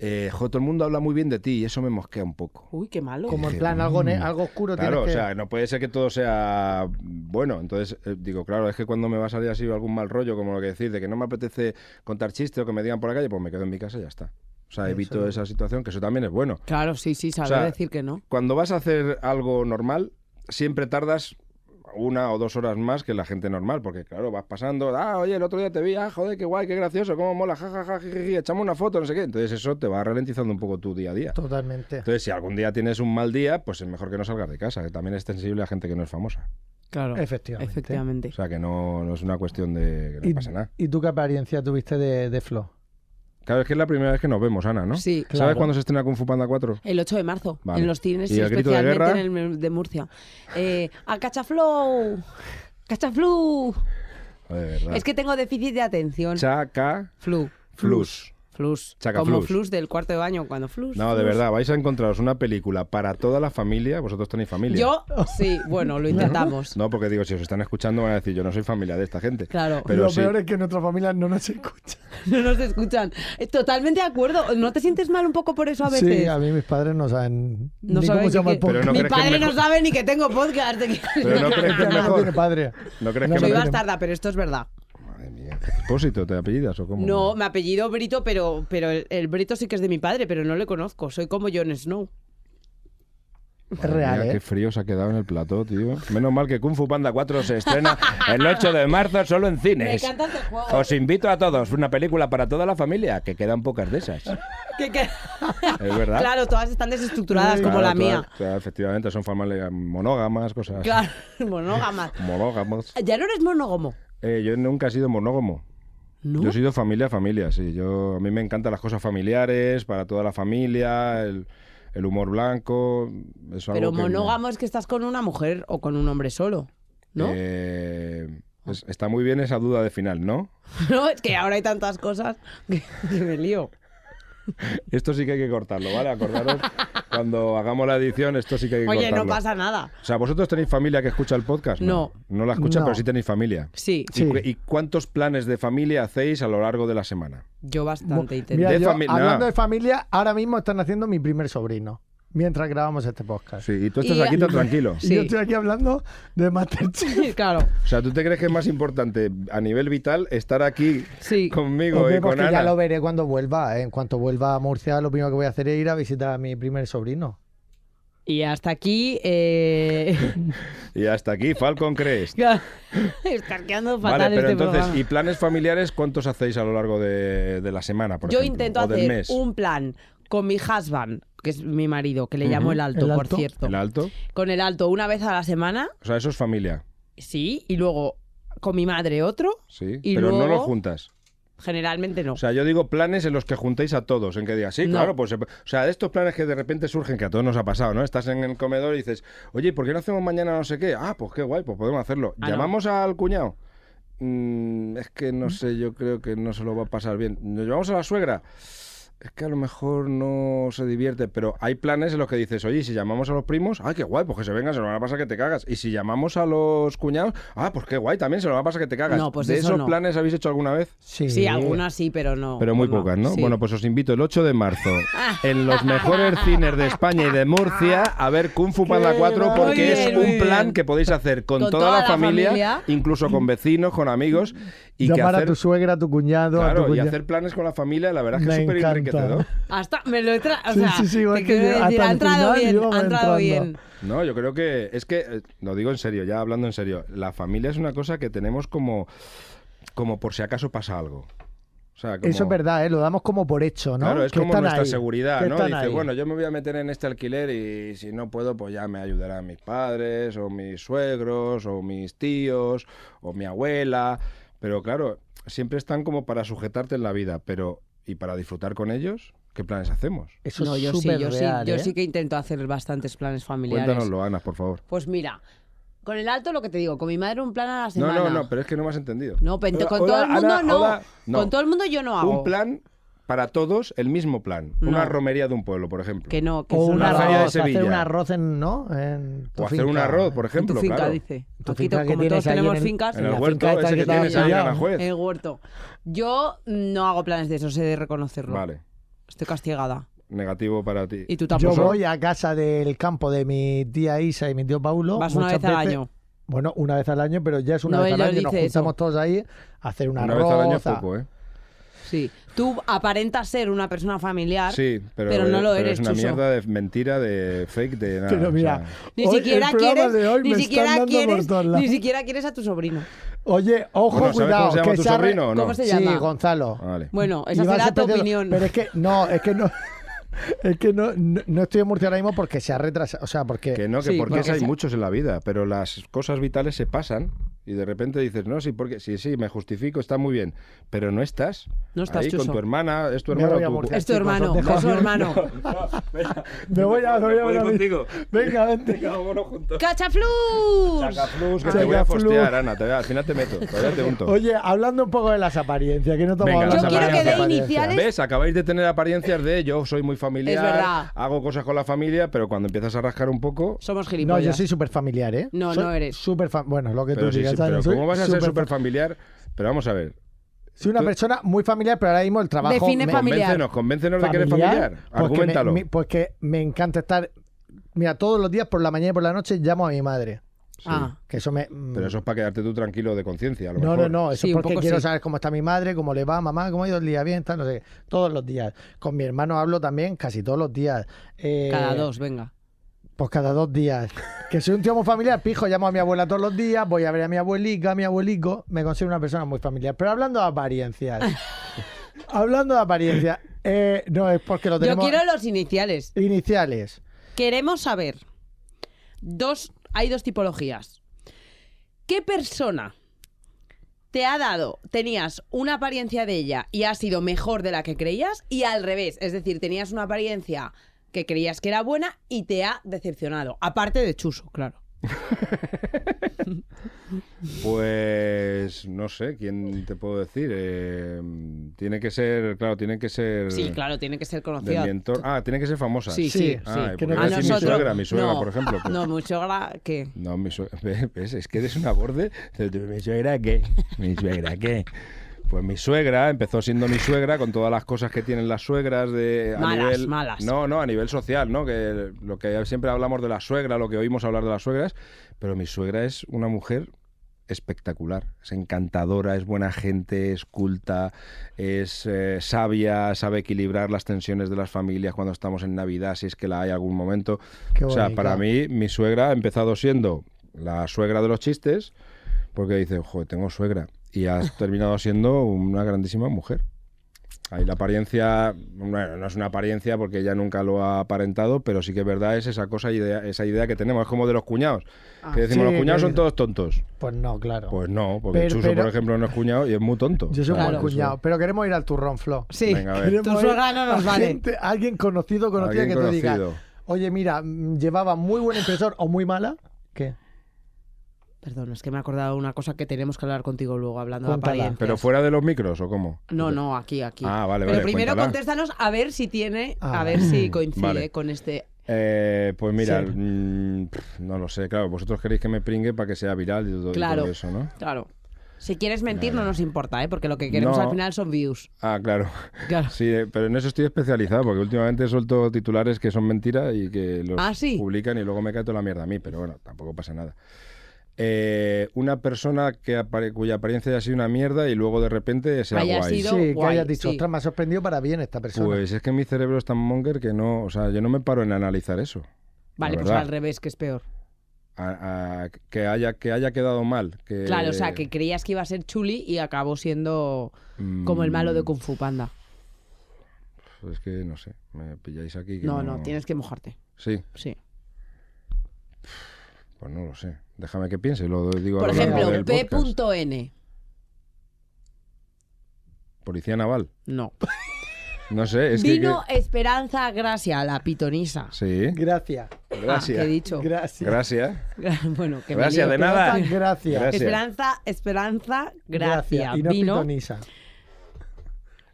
Speaker 6: eh, jo, todo el mundo habla muy bien de ti y eso me mosquea un poco.
Speaker 4: Uy, qué malo.
Speaker 3: Como en plan algo, ne- algo oscuro
Speaker 6: Claro, o
Speaker 3: tienes que-
Speaker 6: sea, no puede ser que todo sea bueno. Entonces, eh, digo, claro, es que cuando me va a salir así algún mal rollo, como lo que decís, de que no me apetece contar chistes o que me digan por la calle, pues me quedo en mi casa y ya está. O sea, evito esa situación, que eso también es bueno.
Speaker 4: Claro, sí, sí, saber
Speaker 6: O sea,
Speaker 4: decir que no.
Speaker 6: Cuando vas a hacer algo normal, siempre tardas una o dos horas más que la gente normal, porque claro, vas pasando, ah, oye, el otro día te vi, ah, joder, qué guay, qué gracioso, cómo mola, jajaja, ja, ja, jiji, echamos una foto, no sé qué. Entonces eso te va ralentizando un poco tu día a día.
Speaker 3: Totalmente.
Speaker 6: Entonces, si algún día tienes un mal día, pues es mejor que no salgas de casa, que también es sensible a gente que no es famosa.
Speaker 4: Claro.
Speaker 3: Efectivamente.
Speaker 6: O
Speaker 4: Efectivamente.
Speaker 6: sea, que no, no es una cuestión de que no
Speaker 3: ¿Y,
Speaker 6: pasa nada.
Speaker 3: ¿Y tú qué apariencia tuviste de, de Flo?
Speaker 6: Claro, es que es la primera vez que nos vemos, Ana, ¿no?
Speaker 4: Sí.
Speaker 6: ¿Sabes
Speaker 3: Claro.
Speaker 6: cuándo se estrena Kung Fu Panda 4?
Speaker 4: El 8 de marzo,
Speaker 6: Vale.
Speaker 4: en los cines
Speaker 6: ¿Y
Speaker 4: y
Speaker 6: el grito de
Speaker 4: especialmente
Speaker 6: guerra?
Speaker 4: en el de Murcia. Eh, a Cachaflow. Cachaflu.
Speaker 6: De verdad.
Speaker 4: Es que tengo déficit de atención.
Speaker 6: Chaca
Speaker 4: Flu.
Speaker 6: Flus.
Speaker 4: Flus.
Speaker 6: Chacaflus.
Speaker 4: Como flus del cuarto de baño cuando flus.
Speaker 6: No, de
Speaker 4: flus.
Speaker 6: verdad, vais a encontraros una película para toda la familia. Vosotros tenéis familia.
Speaker 4: Yo, sí, bueno, lo intentamos.
Speaker 6: No, porque digo, si os están escuchando van a decir, yo no soy familia de esta gente.
Speaker 4: Claro.
Speaker 6: Pero
Speaker 3: lo
Speaker 6: sí.
Speaker 3: peor es que nuestra familia no nos escucha.
Speaker 4: No nos escuchan. Eh, Totalmente de acuerdo. ¿No te sientes mal un poco por eso a veces?
Speaker 3: Sí, a mí mis padres no saben
Speaker 4: No
Speaker 3: ni
Speaker 4: saben
Speaker 3: cómo
Speaker 4: ni
Speaker 3: se llama
Speaker 4: qué-
Speaker 3: el podcast.
Speaker 6: Pero no
Speaker 4: Mi
Speaker 6: crees que
Speaker 4: padre
Speaker 6: es
Speaker 4: no
Speaker 6: mejor-
Speaker 4: sabe ni que tengo podcast.
Speaker 6: Pero no crees que
Speaker 3: Ya
Speaker 6: es
Speaker 3: no
Speaker 6: mejor.
Speaker 3: tiene padre.
Speaker 6: ¿No crees
Speaker 3: No
Speaker 6: que
Speaker 4: Soy
Speaker 3: me-
Speaker 4: bastarda, pero esto es verdad.
Speaker 6: Madre mía. ¿Expósito te apellidas o cómo?
Speaker 4: No, me apellido Brito, pero, pero el, el Brito sí que es de mi padre, pero no le conozco. Soy como Jon Snow.
Speaker 3: Es real,
Speaker 6: Mira,
Speaker 3: ¿eh?
Speaker 6: Qué frío se ha quedado en el plató, tío. Menos mal que Kung Fu Panda 4 se estrena el 8 de marzo solo en cines.
Speaker 4: Me encanta este juego.
Speaker 6: Os invito a todos, una película para toda la familia, que quedan pocas de esas. Es
Speaker 4: Que- que-
Speaker 6: verdad.
Speaker 4: Claro, todas están desestructuradas como
Speaker 6: Claro,
Speaker 4: la
Speaker 6: todas-
Speaker 4: mía.
Speaker 6: claro, efectivamente, son familias monógamas, cosas así.
Speaker 4: Claro, monógama.
Speaker 6: Monógamos.
Speaker 4: Ya no eres monógamo.
Speaker 6: Eh, yo nunca he sido monógamo.
Speaker 4: ¿No?
Speaker 6: Yo he sido familia a familia, sí. Yo, a mí me encantan las cosas familiares, para toda la familia, el, el humor blanco. es algo
Speaker 4: Pero
Speaker 6: que me-
Speaker 4: monógamo es que estás con una mujer o con un hombre solo. ¿No?
Speaker 6: Eh, es- está muy bien esa duda de final, ¿no?
Speaker 4: No, es que ahora hay tantas cosas que, que me lío.
Speaker 6: Esto sí que hay que cortarlo, ¿vale? Acordaros, Cuando hagamos la edición, esto sí que hay que
Speaker 4: Oye, no
Speaker 6: cortarlo.
Speaker 4: pasa nada.
Speaker 6: O sea, ¿vosotros tenéis familia que escucha el podcast? No, la escucha,
Speaker 4: No.
Speaker 6: pero sí tenéis familia.
Speaker 4: Sí,
Speaker 6: ¿Y cu- ¿Y cuántos planes de familia hacéis a lo largo de la semana?
Speaker 4: yo bastante intento.
Speaker 3: Mira,
Speaker 6: De
Speaker 3: yo,
Speaker 6: fami-
Speaker 3: hablando
Speaker 6: no.
Speaker 3: de familia, ahora mismo están naciendo mi primer sobrino, mientras grabamos este podcast.
Speaker 6: Sí, y tú estás
Speaker 4: Y-
Speaker 6: aquí tan tranquilo.
Speaker 3: Y yo
Speaker 4: Sí.
Speaker 3: estoy aquí hablando de Masterchef.
Speaker 4: claro,
Speaker 6: O sea, ¿tú te crees que es más importante a nivel vital estar aquí
Speaker 4: sí.
Speaker 6: conmigo
Speaker 3: Hombre,
Speaker 6: y eh, con
Speaker 3: porque ya
Speaker 6: Ana?
Speaker 3: lo veré cuando vuelva. ¿eh? En cuanto vuelva a Murcia, lo primero que voy a hacer es ir a visitar a mi primer sobrino.
Speaker 4: Y hasta aquí. Eh...
Speaker 6: Y hasta aquí, Falcon Crest.
Speaker 4: Estás quedando fatal
Speaker 6: Vale, pero
Speaker 4: este
Speaker 6: entonces,
Speaker 4: programa.
Speaker 6: ¿y planes familiares cuántos hacéis a lo largo de, de la semana, por
Speaker 4: Yo
Speaker 6: ejemplo,
Speaker 4: intento
Speaker 6: o del
Speaker 4: hacer
Speaker 6: mes?
Speaker 4: un plan con mi husband, que es mi marido, que le llamo el alto,
Speaker 3: ¿El alto?
Speaker 4: por cierto.
Speaker 6: ¿El alto?
Speaker 4: Con el alto una vez a la semana,
Speaker 6: O sea, eso es familia,
Speaker 4: sí, y luego con mi madre otro,
Speaker 6: ¿sí?
Speaker 4: Y
Speaker 6: pero no
Speaker 4: luego-
Speaker 6: lo juntas.
Speaker 4: generalmente no.
Speaker 6: O sea, yo digo planes en los que juntéis a todos, en que digas, sí,
Speaker 4: No.
Speaker 6: claro, pues... eh, O sea, de estos planes que de repente surgen, que a todos nos ha pasado, ¿no? Estás en el comedor y dices, oye, ¿por qué no hacemos mañana no sé qué? Ah, pues qué guay, pues podemos hacerlo.
Speaker 4: Ah, no.
Speaker 6: ¿Llamamos al cuñado? Mm, es que no sé, yo creo que no se lo va a pasar bien. ¿Nos llevamos a la suegra? Es que a lo mejor no se divierte, pero hay planes en los que dices, oye, ¿y si llamamos a los primos, ay, qué guay, pues que se vengan, se lo van a pasar que te cagas. Y si llamamos a los cuñados, ah, pues qué guay, también se lo van a pasar que te cagas.
Speaker 4: No, pues
Speaker 6: ¿De
Speaker 4: eso
Speaker 6: esos
Speaker 4: no.
Speaker 6: planes habéis hecho alguna vez?
Speaker 3: Sí,
Speaker 4: sí, algunas sí, pero no.
Speaker 6: Pero muy
Speaker 4: no,
Speaker 6: pocas, ¿no?
Speaker 4: sí.
Speaker 6: Bueno, pues os invito el 8 de marzo en los mejores cines de España y de Murcia a ver Kung Fu Panda 4
Speaker 4: Muy bien,
Speaker 6: porque es
Speaker 4: muy
Speaker 6: un plan
Speaker 4: bien.
Speaker 6: que podéis hacer con, toda, la, familia, incluso con vecinos, con amigos y que
Speaker 3: Llamar a
Speaker 6: hacer
Speaker 3: tu suegra, a tu cuñado, a tu
Speaker 6: claro, y
Speaker 3: cuñado.
Speaker 6: hacer planes con la familia, la verdad es que es
Speaker 3: Me
Speaker 6: súper
Speaker 3: encanta.
Speaker 6: enriquecedor.
Speaker 4: Hasta me lo he tra- o
Speaker 3: Sí,
Speaker 4: sea,
Speaker 3: sí, sí, igual
Speaker 4: te
Speaker 3: que yo,
Speaker 4: quiero decir,
Speaker 3: hasta
Speaker 4: ha
Speaker 3: el
Speaker 4: entrado
Speaker 3: final
Speaker 4: bien,
Speaker 3: yo voy
Speaker 4: ha entrado
Speaker 3: entrando.
Speaker 4: bien.
Speaker 6: No, yo creo que es que eh, lo digo en serio, ya hablando en serio, la familia es una cosa que tenemos como como por si acaso pasa algo. O sea, como-
Speaker 3: Eso es verdad, ¿eh? lo damos como por hecho, ¿no?
Speaker 6: Claro, es
Speaker 3: Que
Speaker 6: como
Speaker 3: están
Speaker 6: nuestra
Speaker 3: ahí,
Speaker 6: seguridad,
Speaker 3: que
Speaker 6: ¿no?
Speaker 3: están
Speaker 6: Dice,
Speaker 3: ahí.
Speaker 6: bueno, yo me voy a meter en este alquiler y si no puedo, pues ya me ayudarán mis padres, o mis suegros, o mis tíos, o mi abuela. Pero claro, siempre están como para sujetarte en la vida, pero ¿y para disfrutar con ellos? ¿Qué planes hacemos?
Speaker 3: Eso
Speaker 4: no,
Speaker 3: es
Speaker 4: yo sí,
Speaker 3: súper
Speaker 4: yo
Speaker 3: real,
Speaker 4: sí, yo
Speaker 3: ¿eh?
Speaker 4: sí que intento hacer bastantes planes familiares.
Speaker 6: Cuéntanoslo, Ana, por favor.
Speaker 4: Pues mira, con el alto lo que te digo, con mi madre un plan a la
Speaker 6: No,
Speaker 4: semana.
Speaker 6: no, no, pero es que no me has entendido.
Speaker 4: No, pero
Speaker 6: Hola,
Speaker 4: con
Speaker 6: hola,
Speaker 4: todo el mundo
Speaker 6: Ana,
Speaker 4: no.
Speaker 6: hola. No.
Speaker 4: Con todo el mundo yo no hago.
Speaker 6: Un plan para todos, el mismo plan. Una
Speaker 4: No.
Speaker 6: romería de un pueblo, por ejemplo.
Speaker 4: Que no, que
Speaker 3: O
Speaker 4: es
Speaker 3: un
Speaker 6: una
Speaker 3: arroz,
Speaker 6: feria de
Speaker 3: hacer
Speaker 6: Sevilla.
Speaker 3: un arroz en, ¿no? En tu
Speaker 6: O hacer
Speaker 3: finca.
Speaker 6: un arroz, por
Speaker 4: En
Speaker 6: ejemplo,
Speaker 4: tu finca,
Speaker 6: claro.
Speaker 4: dice.
Speaker 3: Tu
Speaker 4: Aquí
Speaker 3: finca
Speaker 4: to-
Speaker 3: que
Speaker 4: como todos
Speaker 3: tienes ahí en
Speaker 4: tenemos
Speaker 3: el-
Speaker 4: fincas,
Speaker 6: En
Speaker 3: La
Speaker 6: el
Speaker 3: finca
Speaker 6: huerto
Speaker 3: esta
Speaker 6: ese
Speaker 3: que
Speaker 6: que
Speaker 3: está
Speaker 6: tienes ahí en
Speaker 3: allá.
Speaker 6: Aranjuez.
Speaker 4: el huerto. Yo no hago planes de esos, he de reconocerlo.
Speaker 6: Vale,
Speaker 4: Estoy castigada.
Speaker 6: negativo para ti.
Speaker 4: Y tú
Speaker 3: Yo
Speaker 4: tampoco.
Speaker 3: voy a casa del campo de mi tía Isa y mi tío Paulo.
Speaker 4: Vas una
Speaker 3: muchas
Speaker 4: vez al
Speaker 3: veces.
Speaker 4: año.
Speaker 3: Bueno, una vez al año, pero ya es una
Speaker 4: No,
Speaker 3: vez al
Speaker 4: ellos
Speaker 3: año. Nos
Speaker 4: dicen
Speaker 3: juntamos
Speaker 4: eso.
Speaker 3: todos ahí a hacer una,
Speaker 6: Una vez al año es
Speaker 3: roza.
Speaker 6: poco, ¿eh?
Speaker 4: Sí. Tú aparentas ser una persona familiar.
Speaker 6: Sí, pero,
Speaker 4: pero no lo
Speaker 6: pero
Speaker 4: eres,
Speaker 6: es una
Speaker 4: Chuso.
Speaker 6: mierda de mentira, de fake, de nada.
Speaker 3: Pero
Speaker 6: o
Speaker 3: mira,
Speaker 6: sea.
Speaker 4: Ni
Speaker 3: hoy- el
Speaker 4: siquiera
Speaker 3: programa
Speaker 4: quieres,
Speaker 3: de hoy me
Speaker 4: ni
Speaker 3: están
Speaker 4: siquiera
Speaker 3: dando por
Speaker 4: quieres,
Speaker 3: todos lados.
Speaker 4: ni siquiera quieres a tu sobrino.
Speaker 3: Oye, ojo,
Speaker 6: Bueno, ¿sabes
Speaker 3: cuidado.
Speaker 6: cómo se llama
Speaker 3: que
Speaker 6: tu
Speaker 3: se ha re-
Speaker 6: sobrino o no?
Speaker 4: ¿Cómo se
Speaker 3: Sí,
Speaker 4: llama?
Speaker 3: Gonzalo.
Speaker 6: Ah, Vale.
Speaker 4: Bueno,
Speaker 3: Y
Speaker 4: esa
Speaker 3: va a
Speaker 4: será
Speaker 3: ser
Speaker 4: tu
Speaker 3: precioso.
Speaker 4: opinión.
Speaker 3: Pero es que no, es que no. Es que no, no, no estoy en Murcia ahora mismo porque se ha retrasado. O sea, porque.
Speaker 6: Que no, que
Speaker 4: Sí,
Speaker 6: porque
Speaker 4: porque
Speaker 6: hay
Speaker 4: se-
Speaker 6: muchos en la vida, pero las cosas vitales se pasan y de repente dices, no, sí, porque sí, sí, me justifico, está muy bien, pero no estás.
Speaker 4: No estás,
Speaker 6: ahí
Speaker 4: Chuso.
Speaker 6: con tu hermana, es tu
Speaker 3: Me
Speaker 6: hermano.
Speaker 3: voy a
Speaker 6: tu-
Speaker 3: Murcia.
Speaker 4: Es tu hermano,
Speaker 3: Dejo-
Speaker 4: es su hermano.
Speaker 3: Me voy a. Me voy a, me
Speaker 6: Voy
Speaker 3: voy a-
Speaker 6: contigo.
Speaker 3: Venga, vente.
Speaker 6: Vámonos juntos.
Speaker 4: ¡Cachaflus!
Speaker 6: Chacaflus, que te voy a
Speaker 3: Chacaflus.
Speaker 6: fostear, Ana. te voy a- al final te meto, todavía te unto.
Speaker 3: Oye, hablando un poco de las apariencias, que no estamos
Speaker 6: Venga,
Speaker 3: hablando
Speaker 6: las
Speaker 3: de las
Speaker 6: apariencias. Yo quiero que dé
Speaker 3: apariencias.
Speaker 4: iniciales.
Speaker 6: ¿Ves? Acabáis de tener apariencias de yo soy muy familiar,
Speaker 4: Es verdad.
Speaker 6: hago cosas con la familia, pero cuando empiezas a rascar un poco,
Speaker 4: Somos
Speaker 3: No,
Speaker 4: gilipollas.
Speaker 3: yo soy súper familiar, ¿eh?
Speaker 4: No,
Speaker 3: Soy
Speaker 4: no eres.
Speaker 3: Súper fa- Bueno, lo que
Speaker 6: Pero,
Speaker 3: tú
Speaker 6: sí,
Speaker 3: digas.
Speaker 6: sí,
Speaker 3: ¿sabes?
Speaker 6: pero
Speaker 3: Soy
Speaker 6: ¿cómo vas a ser
Speaker 3: súper
Speaker 6: súper
Speaker 3: fa-
Speaker 6: familiar? Pero vamos a ver,
Speaker 3: Soy una
Speaker 6: Tú-
Speaker 3: persona muy familiar, pero ahora mismo el trabajo.
Speaker 4: Define
Speaker 3: me-
Speaker 4: familiar.
Speaker 6: convéncenos, convéncenos de que eres
Speaker 3: familiar,
Speaker 6: familiar.
Speaker 3: porque me-
Speaker 6: Argumentalo.
Speaker 3: me- porque me encanta estar. Mira, todos los días, por la mañana y por la noche, llamo a mi madre.
Speaker 4: Ah,
Speaker 3: Que eso me. mm,
Speaker 6: Pero eso es para quedarte tú tranquilo de conciencia. a lo
Speaker 3: No, no,
Speaker 6: mejor.
Speaker 3: no, eso
Speaker 4: Sí,
Speaker 3: es
Speaker 4: un
Speaker 3: porque
Speaker 4: poco
Speaker 3: quiero
Speaker 4: sí.
Speaker 3: saber cómo está mi madre, cómo le va, mamá, cómo ha ido el día, bien, tal, no sé, qué. todos los días. Con mi hermano hablo también casi todos los días. Eh,
Speaker 4: cada dos, venga.
Speaker 3: Pues cada dos días. Que soy un tío muy familiar, pijo, llamo a mi abuela todos los días, voy a ver a mi abuelica, a mi abuelico, me considero una persona muy familiar. Pero hablando de apariencias, hablando de apariencias, eh, no, es porque lo
Speaker 4: Yo
Speaker 3: tenemos...
Speaker 4: quiero los iniciales.
Speaker 3: Iniciales.
Speaker 4: Queremos saber. Dos, hay dos tipologías. ¿Qué persona te ha dado, tenías una apariencia de ella y ha sido mejor de la que creías? Y al revés, es decir, tenías una apariencia que creías que era buena y te ha decepcionado. Aparte de Chuso, claro.
Speaker 6: Pues no sé quién te puedo decir. Eh, tiene que ser, claro, tiene que ser.
Speaker 4: Sí, claro, tiene que ser
Speaker 6: De
Speaker 4: conocida.
Speaker 6: mi entorno. Ah, tiene que ser famosa.
Speaker 4: Sí,
Speaker 3: Sí,
Speaker 4: sí, sí.
Speaker 6: Ah,
Speaker 3: que
Speaker 6: porque
Speaker 3: no-
Speaker 6: iba a
Speaker 3: A
Speaker 6: decir mi
Speaker 3: nosotros-
Speaker 6: suegra, mi suegra,
Speaker 4: no,
Speaker 6: por ejemplo. pues-
Speaker 4: No, mi suegra, ¿qué?
Speaker 6: No, mi suegra. ¿Ves? Es que eres una borde. ¿Mi suegra qué? ¿Mi suegra qué? Pues mi suegra empezó siendo mi suegra con todas las cosas que tienen las suegras de a
Speaker 4: Malas,
Speaker 6: nivel-
Speaker 4: malas.
Speaker 6: No, no, a nivel social, ¿no? Que lo que siempre hablamos de la suegra, lo que oímos hablar de las suegras, pero mi suegra es una mujer espectacular, es encantadora, es buena gente, es culta, es eh, sabia, sabe equilibrar las tensiones de las familias cuando estamos en Navidad, si es que la hay algún momento.
Speaker 3: Qué
Speaker 6: o sea,
Speaker 3: bonita.
Speaker 6: para mí, mi suegra ha empezado siendo la suegra de los chistes, porque dice, joder, tengo suegra, y ha terminado siendo una grandísima mujer. Ahí la apariencia, bueno, no es una apariencia porque ella nunca lo ha aparentado, pero sí que es verdad, es esa cosa, idea, esa idea que tenemos, es como de los cuñados, que decimos,
Speaker 3: Ah, Sí,
Speaker 6: los cuñados
Speaker 3: que-
Speaker 6: son todos tontos.
Speaker 3: Pues no, claro.
Speaker 6: Pues no, porque
Speaker 3: Pero-
Speaker 6: Chuso,
Speaker 3: pero-
Speaker 6: por ejemplo, no es cuñado y es muy tonto.
Speaker 3: Yo soy
Speaker 6: O sea,
Speaker 3: un
Speaker 6: que
Speaker 3: buen cuñado, pero queremos ir al turrón, Flo.
Speaker 4: Sí.
Speaker 6: Venga, a ver.
Speaker 3: Queremos
Speaker 4: Tu suegra
Speaker 3: ir
Speaker 4: no nos
Speaker 3: a
Speaker 4: vale.
Speaker 3: gente- alguien conocido, conocida
Speaker 6: Alguien
Speaker 3: que te
Speaker 6: conocido.
Speaker 3: diga, oye, mira, mm, llevaba muy buen impresor o muy mala. ¿Qué?
Speaker 4: Perdón, es que me he acordado de una cosa que tenemos que hablar contigo luego, hablando
Speaker 3: Cuéntala.
Speaker 4: de apariencias.
Speaker 6: ¿Pero fuera de los micros o cómo?
Speaker 4: No, no, aquí, aquí.
Speaker 6: Ah, vale,
Speaker 4: Pero
Speaker 6: vale,
Speaker 4: primero
Speaker 6: cuéntala.
Speaker 4: contéstanos a ver si tiene, a
Speaker 3: Ah.
Speaker 4: ver si coincide
Speaker 6: Vale.
Speaker 4: con este.
Speaker 6: Eh, pues mira,
Speaker 3: Sí.
Speaker 6: mm, pff, no lo sé, claro, vosotros queréis que me pringue para que sea viral y todo, y
Speaker 4: Claro.
Speaker 6: todo eso, ¿no?
Speaker 4: Claro. Si quieres mentir, no nos importa, ¿eh? Porque lo que queremos
Speaker 6: No.
Speaker 4: al final son views.
Speaker 6: Ah, claro.
Speaker 4: Claro.
Speaker 6: Sí, eh, pero en eso estoy especializado, porque últimamente suelto titulares que son mentira y que los
Speaker 4: Ah, ¿sí?
Speaker 6: publican y luego me cae toda la mierda a mí, pero bueno, tampoco pasa nada. Eh, una persona que apare- cuya apariencia haya sido una mierda y luego de repente sea
Speaker 4: Haya
Speaker 6: guay.
Speaker 4: sido- Yo,
Speaker 3: sí, que
Speaker 4: guay,
Speaker 3: hayas dicho,
Speaker 4: sí.
Speaker 3: ostras, me ha sorprendido para bien esta persona.
Speaker 6: Pues es que mi cerebro es tan monger que no, o sea, yo no me paro en analizar eso.
Speaker 4: Vale,
Speaker 6: La
Speaker 4: pues
Speaker 6: verdad.
Speaker 4: al revés, que es peor.
Speaker 6: A- a- que haya que haya quedado mal. que-
Speaker 4: Claro, o sea, que creías que iba a ser chuli y acabó siendo
Speaker 6: Mm,
Speaker 4: como el malo de Kung Fu Panda.
Speaker 6: Pues es que no sé, me pilláis aquí. que
Speaker 4: No, no, tienes que mojarte.
Speaker 6: Sí,
Speaker 4: Sí.
Speaker 6: pues no lo sé. Déjame que piense, lo digo. a
Speaker 4: Por
Speaker 6: lo largo
Speaker 4: ejemplo,
Speaker 6: del podcast.
Speaker 4: P.N.
Speaker 6: Policía naval.
Speaker 4: No.
Speaker 6: No sé, es que-
Speaker 4: Vino Esperanza Gracia, la pitonisa.
Speaker 6: que. Sí.
Speaker 3: Gracias.
Speaker 6: Gracias.
Speaker 4: Ah, ¿qué he dicho?
Speaker 3: Gracias.
Speaker 6: Gracias.
Speaker 4: bueno, que me
Speaker 6: Gracias,
Speaker 4: lío.
Speaker 6: de nada.
Speaker 3: Gracias. Gracias.
Speaker 6: Gracias.
Speaker 4: Esperanza, Esperanza Gracia.
Speaker 3: Y no es
Speaker 4: Vino
Speaker 3: pitonisa.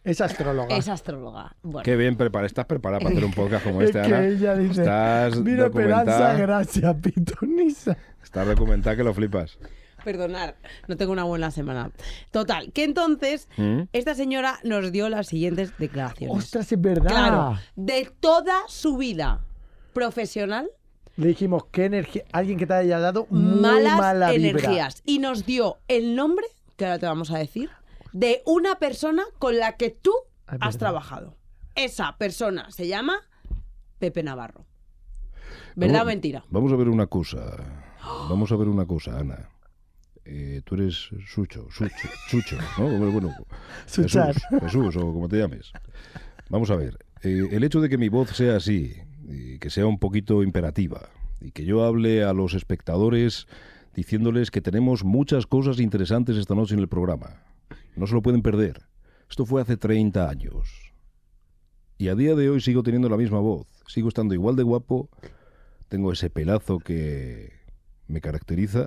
Speaker 3: Es astróloga.
Speaker 4: es astróloga. Bueno,
Speaker 6: Qué bien preparada. Estás preparada para hacer un podcast como
Speaker 3: Es
Speaker 6: este,
Speaker 3: que
Speaker 6: Ana.
Speaker 3: ella dice,
Speaker 6: Estás
Speaker 3: Mira, Esperanza,
Speaker 6: documentada.
Speaker 3: gracias, pitonisa.
Speaker 6: Estás documentada que lo flipas.
Speaker 4: perdonar, no tengo una buena semana. Total, que entonces
Speaker 6: ¿Mm?
Speaker 4: esta señora nos dio las siguientes declaraciones.
Speaker 3: Ostras, es verdad.
Speaker 4: Claro, de toda su vida profesional,
Speaker 3: Le dijimos, qué energía. Alguien que te haya dado muy
Speaker 4: malas
Speaker 3: mala vibra.
Speaker 4: energías. Y nos dio el nombre, que ahora te vamos a decir, de una persona con la que tú
Speaker 3: Ay,
Speaker 4: has
Speaker 3: verdad.
Speaker 4: trabajado. Esa persona se llama Pepe Navarro. ¿Verdad o
Speaker 6: Vamos-
Speaker 4: mentira?
Speaker 6: Vamos a ver una cosa. Vamos a ver una cosa, Ana. Eh, tú eres Sucho, Sucho, Sucho, ¿no? Bueno, bueno, Jesús,
Speaker 3: Suchar.
Speaker 6: Jesús, o como te llames. Vamos a ver. eh, el hecho de que mi voz sea así, y que sea un poquito imperativa, y que yo hable a los espectadores diciéndoles que tenemos muchas cosas interesantes esta noche en el programa. No se lo pueden perder. Esto fue hace 30 años. Y a día de hoy sigo teniendo la misma voz. Sigo estando igual de guapo, tengo ese pelazo que me caracteriza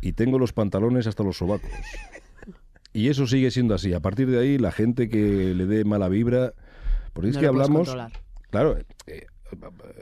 Speaker 6: y tengo los pantalones hasta los sobacos. Y eso sigue siendo así. A partir de ahí, la gente que le dé mala vibra, porque es
Speaker 4: No
Speaker 6: que
Speaker 4: lo puedes
Speaker 6: hablamos,
Speaker 4: controlar.
Speaker 6: claro, eh,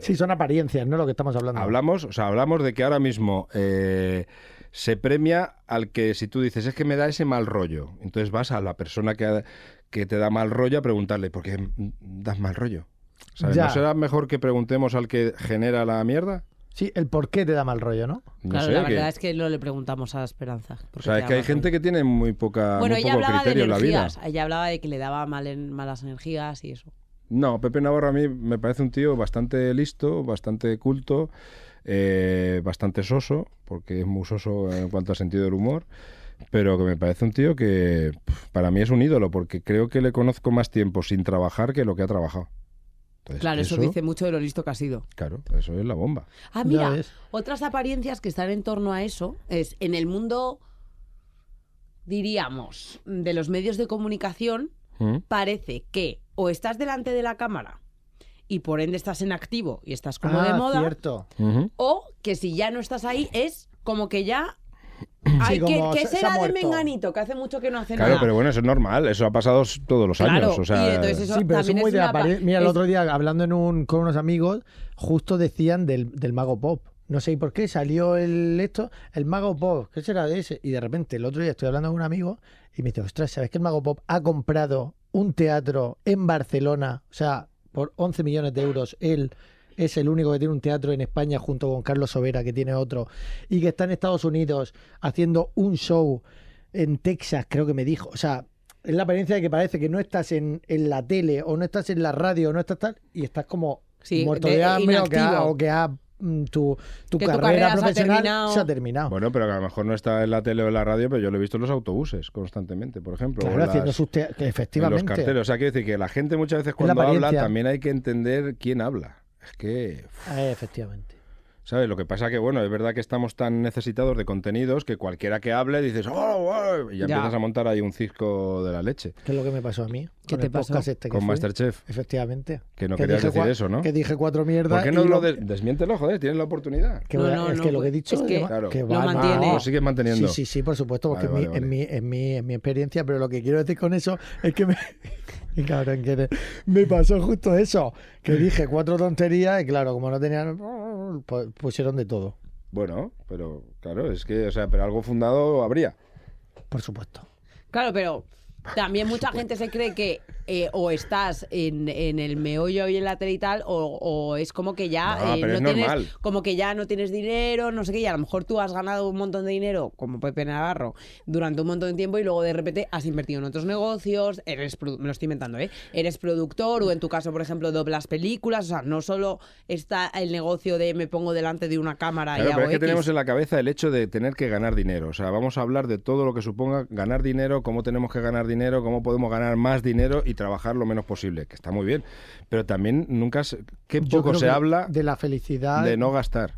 Speaker 3: Sí, son apariencias, no lo que estamos hablando.
Speaker 6: hablamos, o sea, hablamos de que ahora mismo eh, se premia al que si tú dices es que me da ese mal rollo, entonces vas a la persona que, ha- que te da mal rollo a preguntarle por qué das mal rollo. ¿Sabes?
Speaker 3: Ya.
Speaker 6: ¿No será mejor que preguntemos al que genera la mierda?
Speaker 3: Sí, el por qué te da mal rollo, ¿no?
Speaker 6: No
Speaker 4: claro,
Speaker 6: sé,
Speaker 4: la
Speaker 6: que-
Speaker 4: verdad es que no le preguntamos a Esperanza.
Speaker 6: O
Speaker 4: porque
Speaker 6: sea, es
Speaker 4: te
Speaker 6: que hay
Speaker 4: daba
Speaker 6: gente
Speaker 4: rollo.
Speaker 6: que tiene muy poca
Speaker 4: Bueno,
Speaker 6: muy
Speaker 4: ella
Speaker 6: poco
Speaker 4: hablaba de
Speaker 6: criterio en la vida.
Speaker 4: energías. Ella hablaba de que le daba mal en- malas energías y eso.
Speaker 6: No, Pepe Navarro a mí me parece un tío bastante listo, bastante culto, eh, bastante soso, porque es muy soso en cuanto a sentido del humor, pero que me parece un tío que pf, para mí es un ídolo, porque creo que le conozco más tiempo sin trabajar que lo que ha trabajado. Entonces,
Speaker 4: Claro, eso dice mucho de lo listo que ha sido.
Speaker 6: Claro, eso es la bomba.
Speaker 4: Ah,
Speaker 3: Ya
Speaker 4: mira,
Speaker 3: ves.
Speaker 4: otras apariencias que están en torno a eso es en el mundo, diríamos, de los medios de comunicación,
Speaker 6: ¿Mm?
Speaker 4: parece que o estás delante de la cámara y por ende estás en activo y estás como
Speaker 3: ah,
Speaker 4: de moda.
Speaker 3: cierto.
Speaker 6: Ujú.
Speaker 4: O que si ya no estás ahí es como que ya...
Speaker 3: Sí,
Speaker 4: Ay, ¿qué,
Speaker 3: como
Speaker 4: qué
Speaker 3: se- se ha
Speaker 4: será de
Speaker 3: muerto.
Speaker 4: Menganito? Que hace mucho que no hace
Speaker 6: Claro,
Speaker 4: nada.
Speaker 6: pero bueno, eso es normal, eso ha pasado s- todos los
Speaker 4: Claro,
Speaker 6: años. O sea,
Speaker 4: y entonces Pues eso
Speaker 3: sí, pero es
Speaker 4: también
Speaker 3: muy de
Speaker 4: una pa-
Speaker 3: apare- Mira, el
Speaker 4: es-
Speaker 3: otro día hablando en un, con unos amigos, justo decían del, del mago pop. No sé por qué salió el esto, el mago pop, ¿qué será de ese? Y de repente el otro día estoy hablando con un amigo y me dice, ostras, ¿sabes que el mago pop ha comprado un teatro en Barcelona? O sea, por 11 millones de euros. Él es el único que tiene un teatro en España junto con Carlos Sobera, que tiene otro, y que está en Estados Unidos haciendo un show en Texas, creo que me dijo. O sea, es la apariencia de que parece que no estás en, en la tele o no estás en la radio o no estás tal y estás como
Speaker 4: Sí,
Speaker 3: muerto de,
Speaker 4: de-
Speaker 3: hambre o que, ha,
Speaker 4: inactivo.
Speaker 3: o que ha, mm, tu, tu
Speaker 4: Que tu
Speaker 3: carrera,
Speaker 4: carrera se ha
Speaker 3: profesional
Speaker 4: terminado.
Speaker 3: se ha terminado.
Speaker 6: Bueno, pero que a lo mejor no está en la tele o en la radio, pero yo lo he visto en los autobuses constantemente, por ejemplo. o
Speaker 3: claro,
Speaker 6: en pues las-
Speaker 3: haciendo sus te- que
Speaker 6: en los
Speaker 3: efectivamente.
Speaker 6: carteles. O sea, quiero decir que la gente muchas veces
Speaker 3: Es la
Speaker 6: cuando habla
Speaker 3: apariencia.
Speaker 6: también hay que entender quién habla. Es que, uf,
Speaker 3: Eh, efectivamente.
Speaker 6: ¿sabes? Lo que pasa que, bueno, es verdad que estamos tan necesitados de contenidos que cualquiera que hable dices, "Oh, oh", y ya,
Speaker 4: Ya.
Speaker 6: empiezas a montar ahí un cisco de la leche
Speaker 3: ¿Qué es lo que me pasó a mí?
Speaker 4: ¿Qué
Speaker 3: con
Speaker 4: te
Speaker 3: el
Speaker 4: pasó?
Speaker 3: podcast este que
Speaker 6: con
Speaker 3: fui.
Speaker 6: Masterchef.
Speaker 3: Efectivamente.
Speaker 6: Que no querías
Speaker 3: dije
Speaker 6: decir
Speaker 3: cua-
Speaker 6: eso, ¿no?
Speaker 3: Que dije cuatro mierdas.
Speaker 6: ¿Por qué
Speaker 3: y
Speaker 6: no
Speaker 3: lo-
Speaker 6: lo de- desmiéntelo, joder? Tienes la oportunidad.
Speaker 3: que
Speaker 4: No,
Speaker 3: va-
Speaker 4: no,
Speaker 3: es
Speaker 4: no,
Speaker 3: que lo que he
Speaker 4: pues,
Speaker 3: dicho
Speaker 4: es que
Speaker 6: Claro.
Speaker 3: que
Speaker 4: lo
Speaker 3: va-
Speaker 4: mantiene.
Speaker 3: no.
Speaker 6: Lo sigues manteniendo.
Speaker 3: Sí, sí, sí, por supuesto, porque
Speaker 6: Vale,
Speaker 3: en,
Speaker 6: vale,
Speaker 3: mi, En, mi, en mi- en mi experiencia, pero lo que quiero decir con eso es que me. y cabrón, que me- me pasó justo eso, que
Speaker 6: Mm.
Speaker 3: dije cuatro tonterías y claro, como no tenían, pues pusieron de todo,
Speaker 6: Bueno, pero claro, es que, o sea, pero algo fundado habría.
Speaker 3: por supuesto.
Speaker 4: Claro, pero también mucha gente se cree que eh, o estás en, en el meollo y en la tele y tal, o, o es como que ya
Speaker 6: No,
Speaker 4: eh,
Speaker 6: pero es
Speaker 4: tienes,
Speaker 6: normal.
Speaker 4: como que ya no tienes dinero, no sé qué, y a lo mejor tú has ganado un montón de dinero, como Pepe Navarro, durante un montón de tiempo y luego de repente has invertido en otros negocios, eres produ- me lo estoy inventando, ¿eh? Eres productor, o en tu caso, por ejemplo, doblas películas, o sea, no solo está el negocio de me pongo delante de una cámara
Speaker 6: Claro,
Speaker 4: y hago
Speaker 6: pero es que
Speaker 4: X.
Speaker 6: tenemos en la cabeza el hecho de tener que ganar dinero. O sea, vamos a hablar de todo lo que suponga ganar dinero, cómo tenemos que ganar dinero, cómo podemos ganar más dinero y trabajar lo menos posible, que está muy bien. Pero también nunca se, qué
Speaker 3: Yo
Speaker 6: poco
Speaker 3: creo
Speaker 6: se
Speaker 3: que
Speaker 6: habla de,
Speaker 3: de la felicidad.
Speaker 6: no gastar,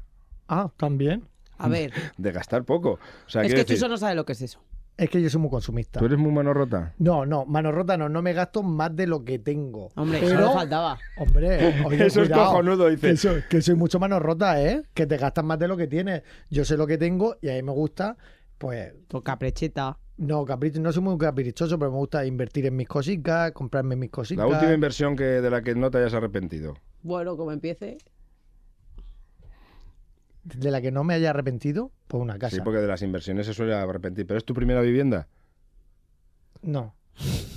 Speaker 3: Ah, también.
Speaker 4: A ver,
Speaker 6: de gastar poco. O sea,
Speaker 4: es
Speaker 6: quiero
Speaker 4: que
Speaker 6: decir,
Speaker 4: Chuso no sabe lo que es eso.
Speaker 3: Es que yo soy muy consumista.
Speaker 6: tú eres muy manorrota.
Speaker 3: No, no, mano rota no, no me gasto más de lo que tengo.
Speaker 4: Hombre,
Speaker 3: Pero-
Speaker 4: solo faltaba.
Speaker 3: Hombre, oye,
Speaker 6: Eso es
Speaker 3: cuidado,
Speaker 6: cojonudo, dice.
Speaker 3: Que soy, que soy mucho manos rota, ¿eh? Que te gastas más de lo que tienes. Yo sé lo que tengo y a mí me gusta, pues,
Speaker 4: Toca precheta.
Speaker 3: no, capricho, no soy muy caprichoso, pero me gusta invertir en mis cositas, comprarme mis cositas.
Speaker 6: La última inversión que de la que no te hayas arrepentido.
Speaker 4: Bueno, como empiece.
Speaker 3: De la que no me haya arrepentido, pues una casa.
Speaker 6: Sí, porque de las inversiones se suele arrepentir. Pero es tu primera vivienda.
Speaker 3: No.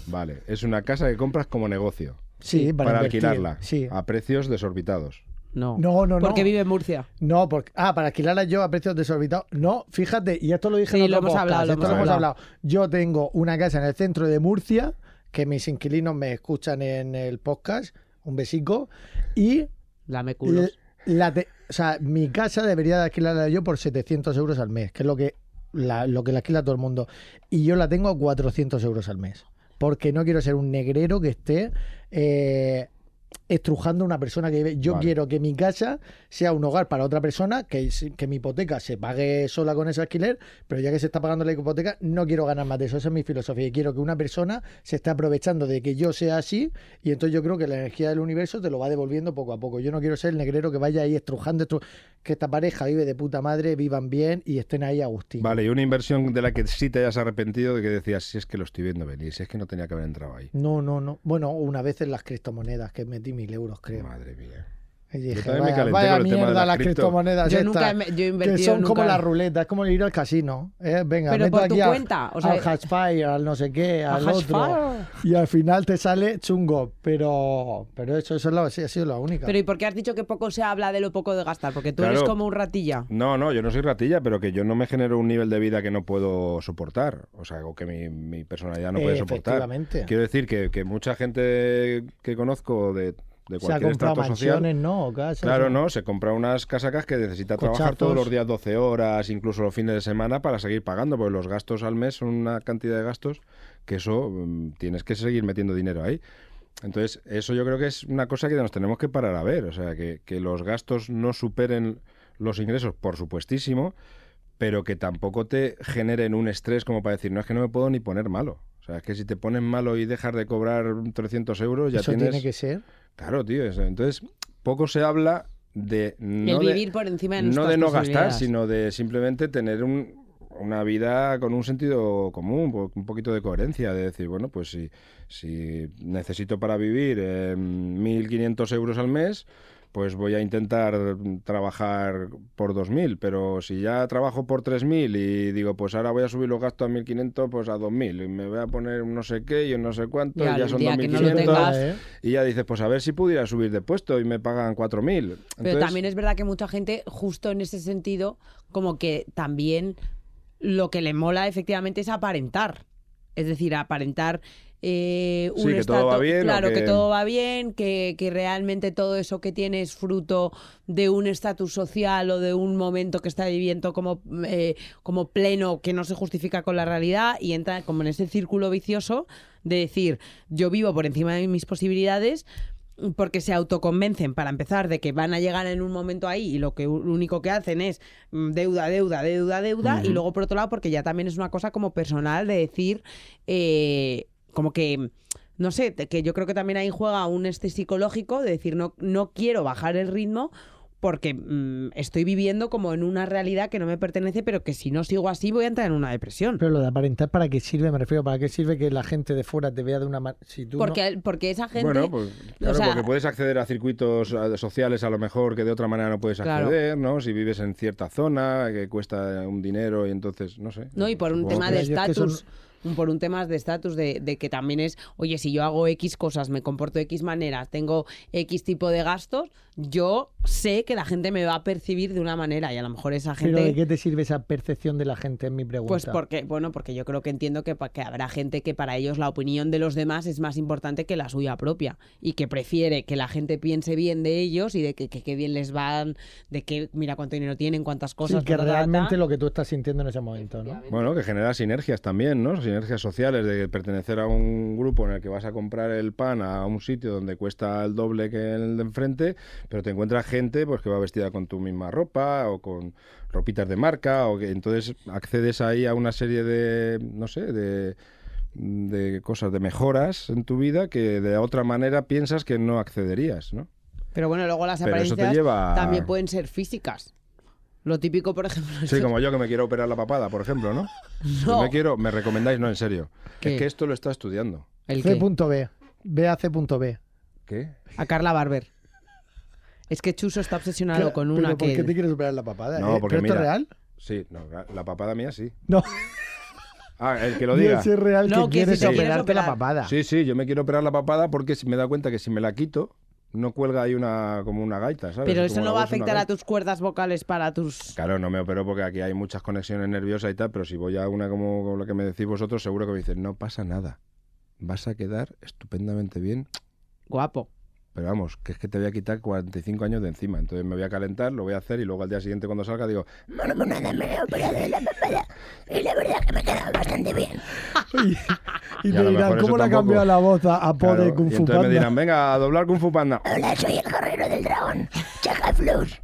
Speaker 6: Vale, es una casa que compras como negocio
Speaker 3: Sí, para,
Speaker 6: para,
Speaker 3: invertir.
Speaker 6: alquilarla Ah.
Speaker 3: Sí.
Speaker 6: a precios desorbitados.
Speaker 4: No.
Speaker 3: No, no, no.
Speaker 4: Porque vive en Murcia.
Speaker 3: No, porque, ah, para alquilarla yo a precios desorbitados. No, fíjate, y esto lo dije
Speaker 4: Sí,
Speaker 3: en otro
Speaker 4: lo hemos
Speaker 3: podcast,
Speaker 4: hablado, lo
Speaker 3: esto
Speaker 6: hemos
Speaker 3: hablado. Yo tengo una casa en el centro de Murcia, que mis inquilinos me escuchan en el podcast, un besico, y
Speaker 4: Lame
Speaker 3: l-
Speaker 4: culos.
Speaker 3: la te- o sea, mi casa debería de alquilarla yo por 700 euros al mes, que es lo que la, lo que la alquila todo el mundo, y yo la tengo a 400 euros al mes, porque no quiero ser un negrero que esté... eh, estrujando a una persona que vive. Yo
Speaker 6: Vale.
Speaker 3: quiero que mi casa sea un hogar para otra persona, que, si- que mi hipoteca se pague sola con ese alquiler, pero ya que se está pagando la hipoteca, no quiero ganar más de eso. Esa es mi filosofía. Y quiero que una persona se esté aprovechando de que yo sea así, y entonces yo creo que la energía del universo te lo va devolviendo poco a poco. Yo no quiero ser el negrero que vaya ahí estrujando, estru- que esta pareja vive de puta madre, vivan bien y estén ahí Agustín.
Speaker 6: Vale, y una inversión de la que sí te hayas arrepentido de que decías, si es que lo estoy viendo venir, si es que no tenía que haber entrado ahí.
Speaker 3: No, no, no. Bueno, una vez en las criptomonedas, que metí mil euros, creo.
Speaker 6: Madre mía.
Speaker 3: Y dije,
Speaker 6: también me
Speaker 3: vaya,
Speaker 6: calenté
Speaker 3: vaya
Speaker 6: con el tema de
Speaker 3: mierda
Speaker 6: las
Speaker 3: las
Speaker 6: cripto.
Speaker 3: criptomonedas
Speaker 4: Yo
Speaker 3: estas,
Speaker 4: nunca he me- yo he
Speaker 3: que
Speaker 4: invertido
Speaker 3: son como
Speaker 4: nunca.
Speaker 3: la ruleta, es como ir al casino. ¿eh? Venga,
Speaker 4: Pero
Speaker 3: meto
Speaker 4: por tu
Speaker 3: aquí a-
Speaker 4: cuenta, o sea-
Speaker 3: al Hashfire, al no sé qué,
Speaker 4: ¿A
Speaker 3: al otro.
Speaker 4: Hashfire?
Speaker 3: Y al final te sale chungo, pero, pero eso, eso es la- sí, ha sido la única.
Speaker 4: Pero ¿y por qué has dicho que poco se habla de lo poco de gastar? Porque tú
Speaker 6: Claro.
Speaker 4: eres como un ratilla.
Speaker 6: No, no, yo no soy ratilla, pero que yo no me genero un nivel de vida que no puedo soportar. O sea, o que mi, mi personalidad no puede soportar.
Speaker 3: Eh, Efectivamente.
Speaker 6: Quiero decir que, que mucha gente que conozco de, de
Speaker 3: Se ha
Speaker 6: cualquier
Speaker 3: comprado
Speaker 6: estrato social
Speaker 3: mansiones, ¿no? O casas,
Speaker 6: Claro,
Speaker 3: o-
Speaker 6: no, se compra unas casacas que necesita trabajar
Speaker 3: Cochazos.
Speaker 6: todos los días 12 horas, incluso los fines de semana, para seguir pagando, porque los gastos al mes son una cantidad de gastos que eso mm, tienes que seguir metiendo dinero ahí. Entonces, eso yo creo que es una cosa que nos tenemos que parar a ver, o sea, que, que los gastos no superen los ingresos, por supuestísimo, pero que tampoco te generen un estrés como para decir, no es que no me puedo ni poner malo. O sea, es que si te pones malo y dejas de cobrar 300 euros, ya
Speaker 3: Eso
Speaker 6: tienes...
Speaker 3: tiene que ser.
Speaker 6: Claro, tío. eso. Entonces, poco se habla de no,
Speaker 4: el vivir
Speaker 6: de,
Speaker 4: por encima de
Speaker 6: no
Speaker 4: nuestras
Speaker 6: de no gastar,
Speaker 4: posibilidades.
Speaker 6: sino de simplemente tener un- una vida con un sentido común, po- un poquito de coherencia, de decir, bueno, pues si, si necesito para vivir eh, 1.500 euros al mes, pues voy a intentar trabajar por 2.000, pero si ya trabajo por 3.000 y digo, pues ahora voy a subir los gastos a 1.500, pues a 2.000, y me voy a poner un no sé qué y un no sé cuánto,
Speaker 4: Y
Speaker 6: y ya
Speaker 4: al
Speaker 6: son
Speaker 4: día que no lo
Speaker 6: 2.500.
Speaker 4: tengas,
Speaker 3: ¿eh?
Speaker 6: Y ya dices, pues a ver si pudiera subir de puesto y me pagan 4.000.
Speaker 4: Pero
Speaker 6: Entonces,
Speaker 4: también es verdad que mucha gente, justo en ese sentido, como que también lo que le mola efectivamente es aparentar. Es decir, aparentar eh, un
Speaker 6: Sí, que todo
Speaker 4: estatus-
Speaker 6: va bien o
Speaker 4: Claro, que...
Speaker 6: que-
Speaker 4: todo va bien, que, que realmente todo eso que tiene es fruto de un estatus social o de un momento que está viviendo como, eh, como pleno que no se justifica con la realidad y entra como en ese círculo vicioso de decir, yo vivo por encima de mis posibilidades porque se autoconvencen para empezar de que van a llegar en un momento ahí y lo que lo único que hacen es mm, deuda, deuda, deuda, deuda y luego por otro lado porque ya también es una cosa como personal de decir eh, como que no sé, te- que yo creo que también ahí juega un este psicológico de decir no, no quiero bajar el ritmo porque mm, estoy viviendo como en una realidad que no me pertenece pero que si no sigo así voy a entrar en una depresión.
Speaker 3: Pero lo de aparentar, ¿para qué sirve? Me refiero, ¿para qué sirve que la gente de fuera te vea de una manera? Si tú no-
Speaker 4: Porque, porque esa gente...
Speaker 6: Bueno, pues claro,
Speaker 4: sea-
Speaker 6: porque puedes acceder a circuitos eh, sociales a lo mejor que de otra manera no puedes
Speaker 4: Claro.
Speaker 6: acceder, ¿no? Si vives en cierta zona que cuesta un dinero y entonces, no sé.
Speaker 4: No, y por un
Speaker 6: Supongo
Speaker 4: tema
Speaker 6: que-
Speaker 4: de
Speaker 3: Yo es que eso
Speaker 4: estatus. un- Por un tema de estatus, de, de que también es, oye, si yo hago X cosas, me comporto de X manera, tengo X tipo de gastos, yo sé que la gente me va a percibir de una manera y a lo mejor esa
Speaker 3: Pero ¿de
Speaker 4: gente...
Speaker 3: qué te sirve esa percepción de la gente? Es mi pregunta.
Speaker 4: Pues porque, bueno, porque yo creo que entiendo que, pa- que habrá gente que para ellos la opinión de los demás es más importante que la suya propia y que prefiere que la gente piense bien de ellos y de que, que- que bien les van, de que mira cuánto dinero tienen, cuántas
Speaker 3: Sí,
Speaker 4: cosas.
Speaker 3: que
Speaker 4: ta, ta, ta, ta.
Speaker 3: realmente lo que tú estás sintiendo en ese momento, ¿no?
Speaker 6: Bueno, que genera sinergias también, ¿no? Sinergias sociales de pertenecer a un grupo en el que vas a comprar el pan a un sitio donde cuesta el doble que el de enfrente, pero te encuentras gente pues que va vestida con tu misma ropa o con ropitas de marca o que entonces accedes ahí a una serie de no sé, de de cosas, de mejoras en tu vida que de otra manera piensas que no accederías, ¿no?
Speaker 4: Pero bueno, luego las
Speaker 6: Pero eso
Speaker 4: apariencias
Speaker 6: te lleva-
Speaker 4: también pueden ser físicas. Lo típico, por ejemplo,
Speaker 6: Sí,
Speaker 4: es-
Speaker 6: como yo que me quiero operar la papada, por ejemplo, ¿no?
Speaker 4: No.
Speaker 6: Yo me quiero, me recomendáis, no, en serio.
Speaker 4: ¿Qué?
Speaker 6: Es que esto lo está estudiando.
Speaker 4: el que
Speaker 3: C.B. Ve a C.B.
Speaker 6: ¿Qué?
Speaker 4: a Carla Barber. Es que Chuso está obsesionado con una
Speaker 3: ¿Pero ¿Por
Speaker 4: que
Speaker 3: qué te quieres superar la papada?
Speaker 6: No,
Speaker 3: ¿Eh?
Speaker 6: porque
Speaker 3: ¿Pero esto
Speaker 6: mira-
Speaker 3: es real?
Speaker 6: Sí, no, la- la papada mía sí.
Speaker 3: No,
Speaker 6: Ah, el que lo
Speaker 3: Digo,
Speaker 6: diga.
Speaker 3: si es real que
Speaker 4: No, que
Speaker 3: quieres
Speaker 4: si te quieres
Speaker 3: operarte la
Speaker 4: operar.
Speaker 3: papada.
Speaker 6: Sí, sí, yo me quiero operar la papada porque si me da cuenta que si me la quito, no cuelga ahí una como una gaita, ¿sabes?
Speaker 4: Pero
Speaker 6: Es
Speaker 4: eso
Speaker 6: como
Speaker 4: no
Speaker 6: la
Speaker 4: va a
Speaker 6: voz de una
Speaker 4: afectar a
Speaker 6: gaita.
Speaker 4: tus cuerdas vocales para tus
Speaker 6: Claro, no me opero porque aquí hay muchas conexiones nerviosas y tal, pero si voy a una como, como la que me decís vosotros, seguro que me dicen, no pasa nada. Vas a quedar estupendamente bien,
Speaker 4: guapo.
Speaker 6: pero vamos, que es que te voy a quitar 45 años de encima. Entonces me voy a calentar, lo voy a hacer y luego al día siguiente cuando salga digo, "Bueno, bueno, nada, me he operado la papada y la verdad es que me he quedado bastante bien.
Speaker 3: Y,
Speaker 6: Y a
Speaker 3: te
Speaker 6: lo
Speaker 3: dirán,
Speaker 6: mejor
Speaker 3: ¿cómo
Speaker 6: eso
Speaker 3: le ha
Speaker 6: tampoco.
Speaker 3: cambiado la voz a, a Po
Speaker 6: Claro,
Speaker 3: de Kung
Speaker 6: y
Speaker 3: Fu
Speaker 6: entonces
Speaker 3: Panda?
Speaker 6: me dirán, venga, a doblar Kung Fu Panda. Hola, soy el guerrero del dragón. Chaca Flux.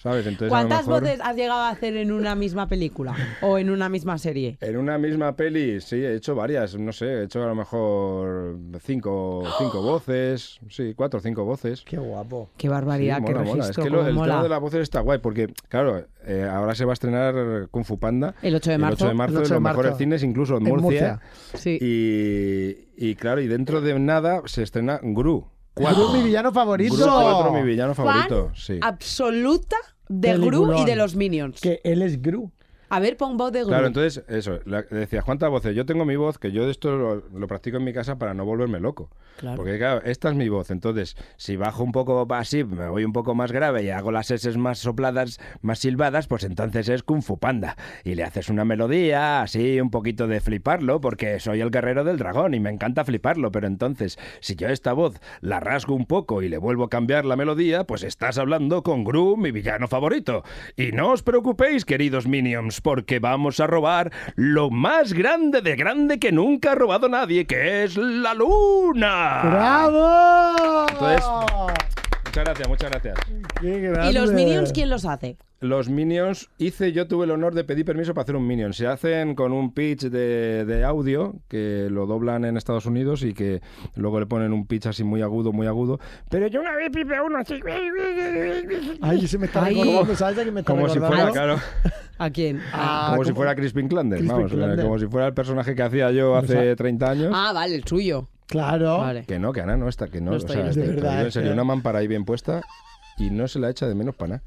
Speaker 6: ¿Sabes? Entonces, a
Speaker 4: ¿Cuántas
Speaker 6: lo mejor,
Speaker 4: voces has llegado a hacer en una misma película o en una misma serie?
Speaker 6: En una misma peli, sí, he hecho varias, no sé, he hecho a lo mejor cinco,
Speaker 4: ¡Oh!
Speaker 6: cinco voces, sí, cuatro o cinco voces.
Speaker 3: Qué guapo.
Speaker 4: Qué
Speaker 6: Sí,
Speaker 4: barbaridad, qué
Speaker 6: mola, mola. Es
Speaker 4: registro,
Speaker 6: que lo-
Speaker 4: cómo
Speaker 6: el tema
Speaker 4: mola.
Speaker 6: de las voces está guay, porque, claro, eh, ahora se va a estrenar Kung Fu Panda.
Speaker 4: El 8 de marzo.
Speaker 6: El 8 de marzo,
Speaker 3: El 8 de
Speaker 6: en los mejores
Speaker 3: marzo.
Speaker 6: cines, incluso en,
Speaker 3: En
Speaker 6: Murcia.
Speaker 3: Murcia.
Speaker 4: Sí.
Speaker 6: Y, y, claro, y dentro de nada se estrena Gru. Cuatro.
Speaker 3: Gru, mi villano favorito.
Speaker 6: Gru 4, mi villano favorito.
Speaker 4: Fan
Speaker 6: Sí.
Speaker 4: absoluta de Gru y
Speaker 3: Peliculón.
Speaker 4: de los Minions.
Speaker 3: Que él es Gru.
Speaker 4: A ver, pon voz de Gru.
Speaker 6: Claro, entonces, eso, la- decías, ¿cuántas voces? Yo tengo mi voz, que yo esto lo, lo practico en mi casa para no volverme loco.
Speaker 4: Claro.
Speaker 6: Porque, claro, esta es mi voz. Entonces, si bajo un poco así, me voy un poco más grave y hago las S más sopladas, más silbadas, pues entonces es Kung Fu Panda. Y le haces una melodía, así, un poquito de fliparlo, porque soy el guerrero del dragón y me encanta fliparlo. Pero entonces, si yo esta voz la rasgo un poco y le vuelvo a cambiar la melodía, pues estás hablando con Gru, mi villano favorito. Y no os preocupéis, queridos minions, porque vamos a robar lo más grande de grande que nunca ha robado nadie, que es la luna.
Speaker 3: ¡Bravo!
Speaker 6: Entonces- Muchas gracias, muchas gracias.
Speaker 3: Qué
Speaker 4: ¿Y los
Speaker 3: grande.
Speaker 4: Minions quién los hace?
Speaker 6: Los minions, hice, yo tuve el honor de pedir permiso para hacer un minion. Se hacen con un pitch de, de audio que lo doblan en Estados Unidos y que luego le ponen un pitch así muy agudo, muy agudo. Pero yo una vez pipe uno así.
Speaker 3: Ay, se me está
Speaker 4: Ay.
Speaker 3: recordando, ¿sabes? a qué me está
Speaker 6: Como si fuera,
Speaker 3: recordando?
Speaker 6: claro,
Speaker 4: ¿A quién?
Speaker 3: Ah,
Speaker 6: como si fuera Crispin Klander,
Speaker 3: Crispin
Speaker 6: vamos, eh,
Speaker 3: Klander.
Speaker 6: como si fuera el personaje que hacía yo hace 30 años.
Speaker 4: Ah, vale, el suyo.
Speaker 3: Claro.
Speaker 4: Vale.
Speaker 6: Que no, que Ana no está, que no,
Speaker 4: No
Speaker 6: o
Speaker 4: estoy,
Speaker 6: sea,
Speaker 4: no
Speaker 6: te-
Speaker 3: estoy.
Speaker 6: te
Speaker 3: De verdad,
Speaker 6: digo en serio,
Speaker 3: eh.
Speaker 6: una mampara ahí bien puesta y no se la echa de menos para nada.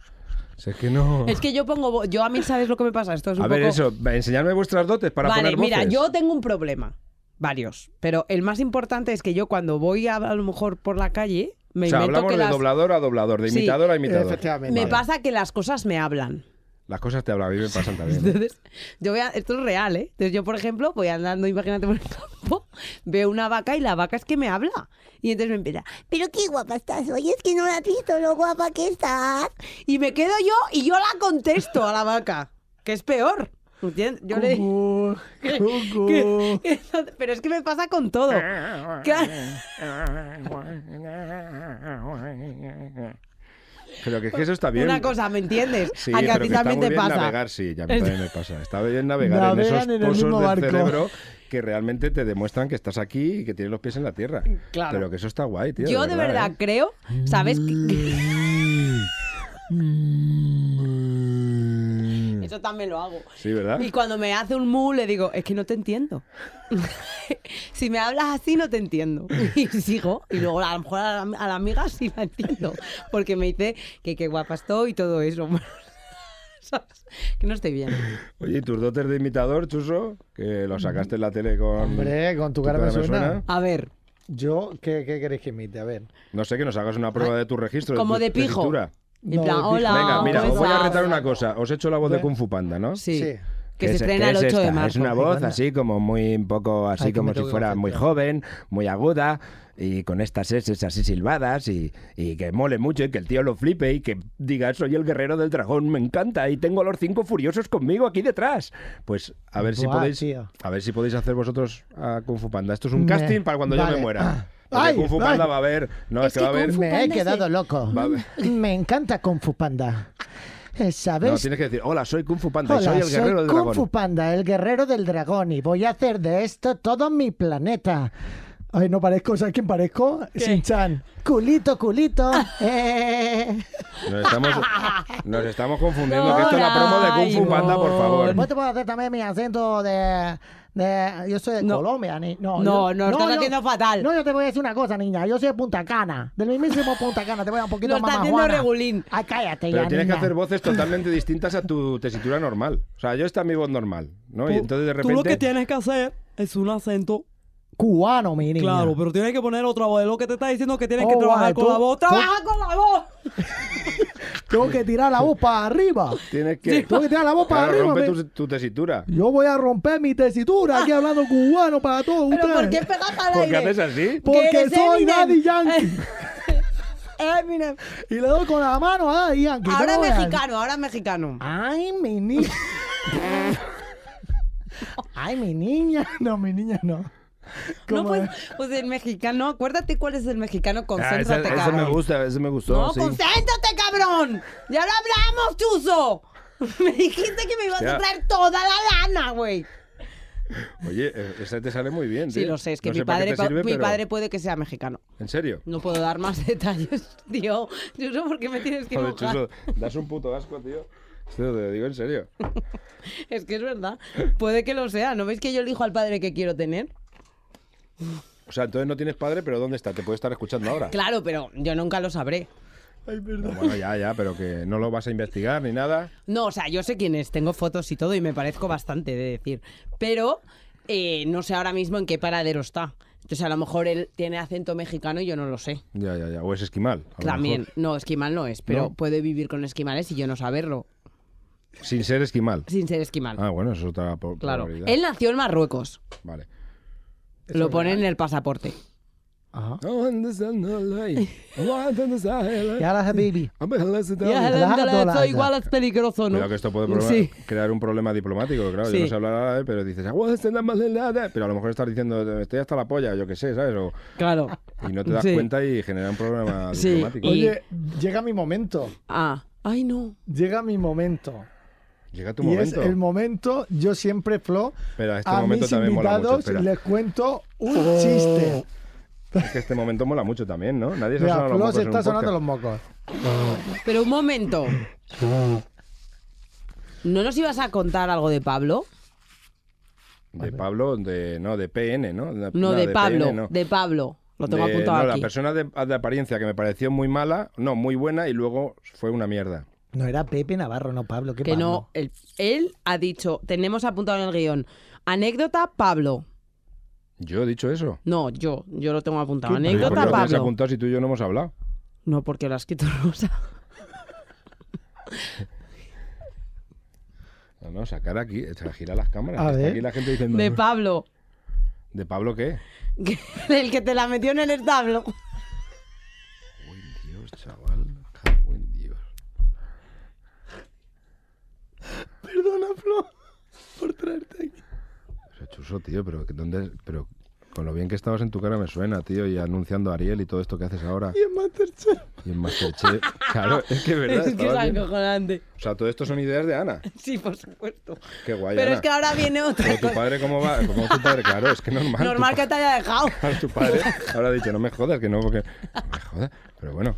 Speaker 6: O sea, es que no.
Speaker 4: Es que yo pongo. vo- Yo a mí, ¿sabes lo que me pasa? Esto es un
Speaker 6: A ver,
Speaker 4: poco-
Speaker 6: eso, va, enseñadme vuestras dotes para
Speaker 4: vale,
Speaker 6: poner voces.
Speaker 4: mira, yo tengo un problema. Varios. Pero el más importante es que yo cuando voy a, a lo mejor por la calle, me
Speaker 6: o sea,
Speaker 4: invento
Speaker 6: hablamos
Speaker 4: que
Speaker 6: de
Speaker 4: las...
Speaker 6: doblador a doblador, de
Speaker 4: Sí.
Speaker 6: imitador a imitador.
Speaker 3: Efectivamente.
Speaker 4: Me pasa que las cosas me hablan.
Speaker 6: Las cosas te hablan, a mí me pasan también. ¿eh?
Speaker 4: Entonces, yo voy a- esto es real, ¿eh? Entonces yo, por ejemplo, voy andando, imagínate por el campo, veo una vaca y la vaca es que me habla. Y entonces me empieza, pero qué guapa estás, oye, es que no la has visto lo guapa que estás. Y me quedo yo y yo la contesto a la vaca, que es peor. ¿Entiendes? Yo le
Speaker 3: Cucú, cucú.
Speaker 4: que- que- pero es que me pasa con todo. Claro.
Speaker 6: Pero que, es que eso está bien.
Speaker 4: Una cosa, ¿me entiendes?
Speaker 6: Sí,
Speaker 4: a que a
Speaker 6: pero
Speaker 4: ti
Speaker 6: que está
Speaker 4: también
Speaker 6: muy
Speaker 4: te
Speaker 6: bien
Speaker 4: pasa.
Speaker 6: navegar, sí, ya a mí también me pasa. Está bien navegar en
Speaker 3: Navegan
Speaker 6: esos
Speaker 3: en el
Speaker 6: pozos
Speaker 3: mismo
Speaker 6: del
Speaker 3: barco.
Speaker 6: cerebro que realmente te demuestran que estás aquí y que tienes los pies en la tierra.
Speaker 4: Claro.
Speaker 6: Pero que eso está guay, tío.
Speaker 4: Yo de verdad
Speaker 6: ¿eh?
Speaker 4: creo, ¿sabes? Que- Eso también lo hago.
Speaker 6: Sí, ¿verdad?
Speaker 4: Y cuando me hace un mu, le digo, es que no te entiendo. si me hablas así, no te entiendo. Y sigo, y luego a lo mejor a la, a la amiga sí la entiendo, porque me dice que qué guapa estoy y todo eso. ¿Sabes? Que no estoy bien.
Speaker 6: Oye, ¿y tus dotes de imitador, Chuso? Que
Speaker 4: Mm.
Speaker 6: lo sacaste en la tele con...
Speaker 3: Hombre, con tu cara me suena.
Speaker 4: A ver,
Speaker 3: Yo, ¿qué, ¿qué queréis que imite? A ver.
Speaker 6: No sé, que nos hagas una prueba de tu registro. de
Speaker 4: como
Speaker 6: tu-
Speaker 4: de pijo. Ah,
Speaker 6: escritura.
Speaker 4: en
Speaker 3: No,
Speaker 4: plan,
Speaker 3: dije-
Speaker 4: hola.
Speaker 6: Venga, mira,
Speaker 4: ¿cómo
Speaker 6: os voy a
Speaker 4: estás?".
Speaker 6: retar una cosa. Os he hecho la voz de Kung Fu Panda, ¿no?
Speaker 4: Sí.
Speaker 3: Sí.
Speaker 4: Que se
Speaker 6: es-
Speaker 4: estrena el
Speaker 6: es
Speaker 4: 8 de
Speaker 6: esta?
Speaker 4: marzo.
Speaker 6: Es una voz así como muy un poco así
Speaker 3: Ay, que me
Speaker 6: como si
Speaker 3: tengo que
Speaker 6: fuera muy
Speaker 3: concentrar.
Speaker 6: joven, muy aguda y con estas heces así silbadas y, y que mole mucho y que el tío lo flipe y que diga soy el guerrero del dragón, me encanta y tengo a los cinco furiosos conmigo aquí detrás. Pues a ver si
Speaker 3: Buah,
Speaker 6: podéis
Speaker 3: tío.
Speaker 6: a ver si podéis hacer vosotros a Kung Fu Panda. Esto es un
Speaker 3: Me-
Speaker 6: casting para cuando yo
Speaker 3: vale. Ah.
Speaker 6: me muera. Porque
Speaker 3: Ay,
Speaker 6: Kung Fu
Speaker 3: ay.
Speaker 6: Panda va a ver, no es, que va a ver.
Speaker 3: Me he quedado loco.
Speaker 6: Va a ver.
Speaker 3: Me encanta Kung Fu Panda. Eh, ¿Sabes?
Speaker 6: No, tienes que decir, hola, soy Kung Fu Panda y
Speaker 3: Hola,
Speaker 6: soy el guerrero del
Speaker 3: Kung
Speaker 6: dragón.
Speaker 3: Fu Panda, el guerrero del dragón, y voy a hacer de esto todo mi planeta. Ay, no parezco, ¿sabes quién parezco? Sin-chan. Culito, culito. eh.
Speaker 6: Nos estamos, nos estamos confundiendo.
Speaker 4: No,
Speaker 6: que esto es la promo de Kung Fu
Speaker 4: Raymond.
Speaker 6: Panda, por favor.
Speaker 3: Vos te puedo hacer también mi acento de. de- yo soy de
Speaker 4: No.
Speaker 3: Colombia, ni- no.
Speaker 4: No,
Speaker 3: yo-
Speaker 4: no, estás haciendo fatal.
Speaker 3: No, yo te voy a decir una cosa, niña. Yo soy de Punta Cana, del mismísimo Punta Cana. Te voy a dar un poquito
Speaker 4: Lo
Speaker 3: más
Speaker 4: está haciendo
Speaker 3: majuana.
Speaker 4: regulín.
Speaker 3: Ay, cállate
Speaker 6: Pero
Speaker 3: ya,
Speaker 6: tienes
Speaker 3: niña.
Speaker 6: que hacer voces totalmente distintas a tu tesitura normal. O sea, yo está mi voz normal, ¿no? Y
Speaker 8: Tú-
Speaker 6: entonces de
Speaker 8: Tú lo que
Speaker 6: repente.
Speaker 8: tienes que hacer es un acento,
Speaker 3: Cubano, mi niña.
Speaker 8: claro, pero tienes que poner otra voz. Es lo que te está diciendo que tienes
Speaker 3: Oh,
Speaker 8: que
Speaker 3: guau,
Speaker 8: trabajar con
Speaker 3: tú-
Speaker 8: la voz.
Speaker 3: tú-
Speaker 8: ¡Trabaja con la voz!
Speaker 3: Tengo que tirar la voz para arriba.
Speaker 6: Tienes que.
Speaker 3: Tengo que tirar la voz para
Speaker 6: Claro,
Speaker 3: arriba.
Speaker 6: rompe
Speaker 3: mi-
Speaker 6: tu, tu tesitura.
Speaker 3: Yo voy a romper mi tesitura aquí hablando cubano para todos
Speaker 4: ¿Pero por qué
Speaker 3: ustedes.
Speaker 4: pegas al
Speaker 6: ¿Por qué
Speaker 4: aire?
Speaker 6: haces así?
Speaker 4: Que
Speaker 3: Porque
Speaker 4: eres
Speaker 3: soy
Speaker 4: Eminem.
Speaker 3: Daddy Yankee.
Speaker 4: Eminem.
Speaker 3: y le doy con la mano a Daddy Yankee. que
Speaker 4: Ahora
Speaker 3: no vean.
Speaker 4: mexicano, ahora mexicano.
Speaker 3: Ay, mi niña. Ay, mi niña. No, mi niña no.
Speaker 4: No,
Speaker 3: ¿Cómo
Speaker 4: pues,
Speaker 3: es?
Speaker 4: pues el mexicano, acuérdate cuál es el mexicano,
Speaker 6: Ah, ese,
Speaker 4: concéntrate,
Speaker 6: ese
Speaker 4: cabrón.
Speaker 6: me gusta, ese me gustó.
Speaker 4: pues no, pues
Speaker 6: sí.
Speaker 4: concéntrate, cabrón. Ya lo hablamos, chuzo. Me dijiste que me ibas
Speaker 6: Ya.
Speaker 4: a traer toda la lana, güey.
Speaker 6: Oye, eh, ese te sale muy bien.
Speaker 4: Sí,
Speaker 6: tío.
Speaker 4: lo sé, es que
Speaker 6: No
Speaker 4: mi,
Speaker 6: sé para qué
Speaker 4: padre,
Speaker 6: te
Speaker 4: pa-
Speaker 6: sirve,
Speaker 4: mi
Speaker 6: pero-
Speaker 4: padre puede que sea mexicano.
Speaker 6: ¿En serio?
Speaker 4: No puedo dar más detalles, tío. Yo sé por qué me tienes que
Speaker 6: Joder,
Speaker 4: enojar.
Speaker 6: Chuso, das un puto asco, tío. Esto te lo digo en serio.
Speaker 4: Es que es verdad. Puede que lo sea. ¿No veis que yo elijo al padre que quiero tener?
Speaker 6: O sea, entonces no tienes padre, pero ¿dónde está? Te puede estar escuchando ahora.
Speaker 4: Claro, pero yo nunca lo sabré.
Speaker 6: No, bueno, ya, ya, pero que no lo vas a investigar ni nada.
Speaker 4: No, o sea, yo sé quién es, tengo fotos y todo y me parezco bastante de decir. Pero eh, no sé ahora mismo en qué paradero está. Entonces a lo mejor él tiene acento mexicano y yo no lo sé.
Speaker 6: Ya, ya, ya. O es esquimal. a lo
Speaker 4: También,
Speaker 6: mejor.
Speaker 4: no, esquimal no es, pero
Speaker 6: No.
Speaker 4: puede vivir con esquimales y yo no saberlo,
Speaker 6: Sin ser esquimal.
Speaker 4: sin ser esquimal.
Speaker 6: Ah, bueno, eso es otra po-
Speaker 4: claro.
Speaker 6: probabilidad.
Speaker 4: Él nació en Marruecos,
Speaker 6: Vale.
Speaker 4: lo pone en el pasaporte. Ah.
Speaker 3: Y ahora es baby.
Speaker 4: Ya,
Speaker 3: Holanda,
Speaker 4: Holanda,
Speaker 3: Holanda.
Speaker 4: soy igual es peligroso, ¿no?
Speaker 6: Cuidado que esto puede proba-
Speaker 4: Sí.
Speaker 6: crear un problema diplomático, claro. Yo
Speaker 4: Sí.
Speaker 6: no sé hablar árabe, pero dices, "Agua, este da mal el árabe", pero a lo mejor estás diciendo, estoy hasta la polla, yo qué sé, ¿sabes? O-
Speaker 4: Claro.
Speaker 6: y no te das
Speaker 4: Sí.
Speaker 6: cuenta y genera un problema
Speaker 4: Sí,
Speaker 6: diplomático.
Speaker 4: y-
Speaker 3: Oye, llega mi Eh, momento.
Speaker 4: Ah, Ay, no.
Speaker 3: Llega mi momento.
Speaker 6: Llega tu
Speaker 3: y
Speaker 6: momento.
Speaker 3: es el momento, yo siempre, Flo,
Speaker 6: Espera, este
Speaker 3: a
Speaker 6: momento
Speaker 3: mis
Speaker 6: también mola mucho,
Speaker 3: invitados
Speaker 6: espera.
Speaker 3: les cuento un
Speaker 4: Oh.
Speaker 3: chiste.
Speaker 6: Es que este momento mola mucho también, ¿no? Nadie se ha
Speaker 3: Mira,
Speaker 6: sonado los
Speaker 3: Flo
Speaker 6: mocos
Speaker 3: se
Speaker 6: en
Speaker 3: está
Speaker 6: un
Speaker 3: sonando los
Speaker 6: podcast.
Speaker 3: mocos.
Speaker 4: Pero un momento. ¿No nos ibas a contar algo de Pablo?
Speaker 6: De Pablo, de, no, de PN, ¿no? De-
Speaker 4: No, de,
Speaker 6: PN,
Speaker 4: Pablo.
Speaker 6: no.
Speaker 4: De Pablo. Lo tengo
Speaker 6: De-
Speaker 4: apuntado
Speaker 6: no,
Speaker 4: aquí.
Speaker 6: la persona de, de apariencia que me pareció muy mala, no, muy buena y luego fue una mierda.
Speaker 3: No era Pepe Navarro, no Pablo. ¿qué
Speaker 4: que
Speaker 3: Pablo?
Speaker 4: no. Él, él ha dicho, tenemos apuntado en el guión. Anécdota, Pablo.
Speaker 6: Yo he dicho eso.
Speaker 4: No, yo, yo lo tengo apuntado.
Speaker 3: ¿Qué?
Speaker 6: Pero ¿por qué
Speaker 4: Anécdota,
Speaker 6: lo tienes
Speaker 4: Pablo.
Speaker 6: apuntado si tú y yo no hemos hablado?
Speaker 4: No, porque lo ha escrito Rosa.
Speaker 6: No, no, sacar aquí, o sea, girar las cámaras.
Speaker 3: A
Speaker 6: que está
Speaker 3: ver.
Speaker 6: Aquí la gente diciendo,
Speaker 4: De Pablo.
Speaker 6: ¿de Pablo qué?
Speaker 4: que- El que te la metió en el establo.
Speaker 6: Buen Dios, chaval. cago en Dios.
Speaker 3: Perdona, Flo, por traerte aquí.
Speaker 6: O sea, chuso, tío, pero que ¿dónde? Pero con lo bien que estabas en tu cara me suena, tío, y anunciando a Ariel y todo esto que haces ahora.
Speaker 3: Y en Masterchef.
Speaker 6: Y en Masterchef. claro, es que es verdad.
Speaker 4: es que es
Speaker 6: estabas bien.
Speaker 4: acojonante.
Speaker 6: O sea, todo esto son ideas de Ana.
Speaker 4: Sí, por supuesto.
Speaker 6: Qué guay,
Speaker 4: Pero
Speaker 6: Ana.
Speaker 4: es que ahora viene otra
Speaker 6: Pero tu
Speaker 4: cosa.
Speaker 6: padre, ¿cómo va? ¿Cómo es tu padre? Claro, es que normal.
Speaker 4: Normal
Speaker 6: tu
Speaker 4: que te haya dejado.
Speaker 6: pa- tu padre ahora ha dicho, no me jodas, que no, porque... No me jodas, pero bueno.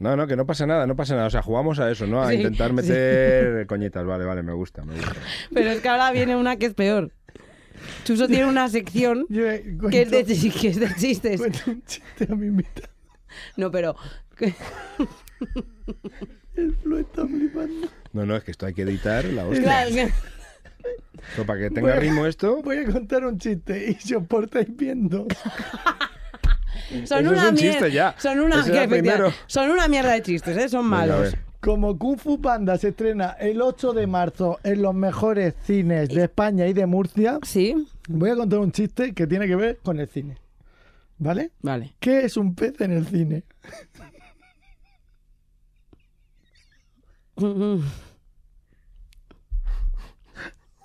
Speaker 6: No, no, que no pasa nada, no pasa nada. O sea, jugamos a eso, ¿no? A
Speaker 4: Sí,
Speaker 6: intentar
Speaker 4: sí.
Speaker 6: meter coñitas. Vale, vale, me gusta, me gusta.
Speaker 4: Pero es que ahora viene una que es peor. Chuso tiene una sección
Speaker 3: Yo eh, cuento,
Speaker 4: que es de, chi- que es de chistes.
Speaker 3: cuento un chiste a mi invitado.
Speaker 4: No, pero. que-
Speaker 3: El Flo está flipando.
Speaker 6: No, no, es que esto hay que editar la hostia.
Speaker 4: Claro, que-
Speaker 6: Esto, Para que tenga ritmo esto,
Speaker 3: Voy a contar un chiste y si os portáis viendo.
Speaker 4: son
Speaker 6: Eso es
Speaker 4: una
Speaker 6: un
Speaker 4: mierda.
Speaker 6: chiste ya.
Speaker 4: Son una,
Speaker 6: Ese era
Speaker 4: que efectivamente-
Speaker 6: primero.
Speaker 4: son una mierda de chistes, ¿eh? son
Speaker 6: Venga, a
Speaker 4: malos.
Speaker 6: ver.
Speaker 3: Como Kung Fu Panda se estrena el 8 de marzo en los mejores cines
Speaker 4: Eh.
Speaker 3: de España y de Murcia,
Speaker 4: ¿Sí?
Speaker 3: voy a contar un chiste que tiene que ver con el cine. ¿Vale?
Speaker 4: Vale.
Speaker 3: ¿Qué es un pez en el cine?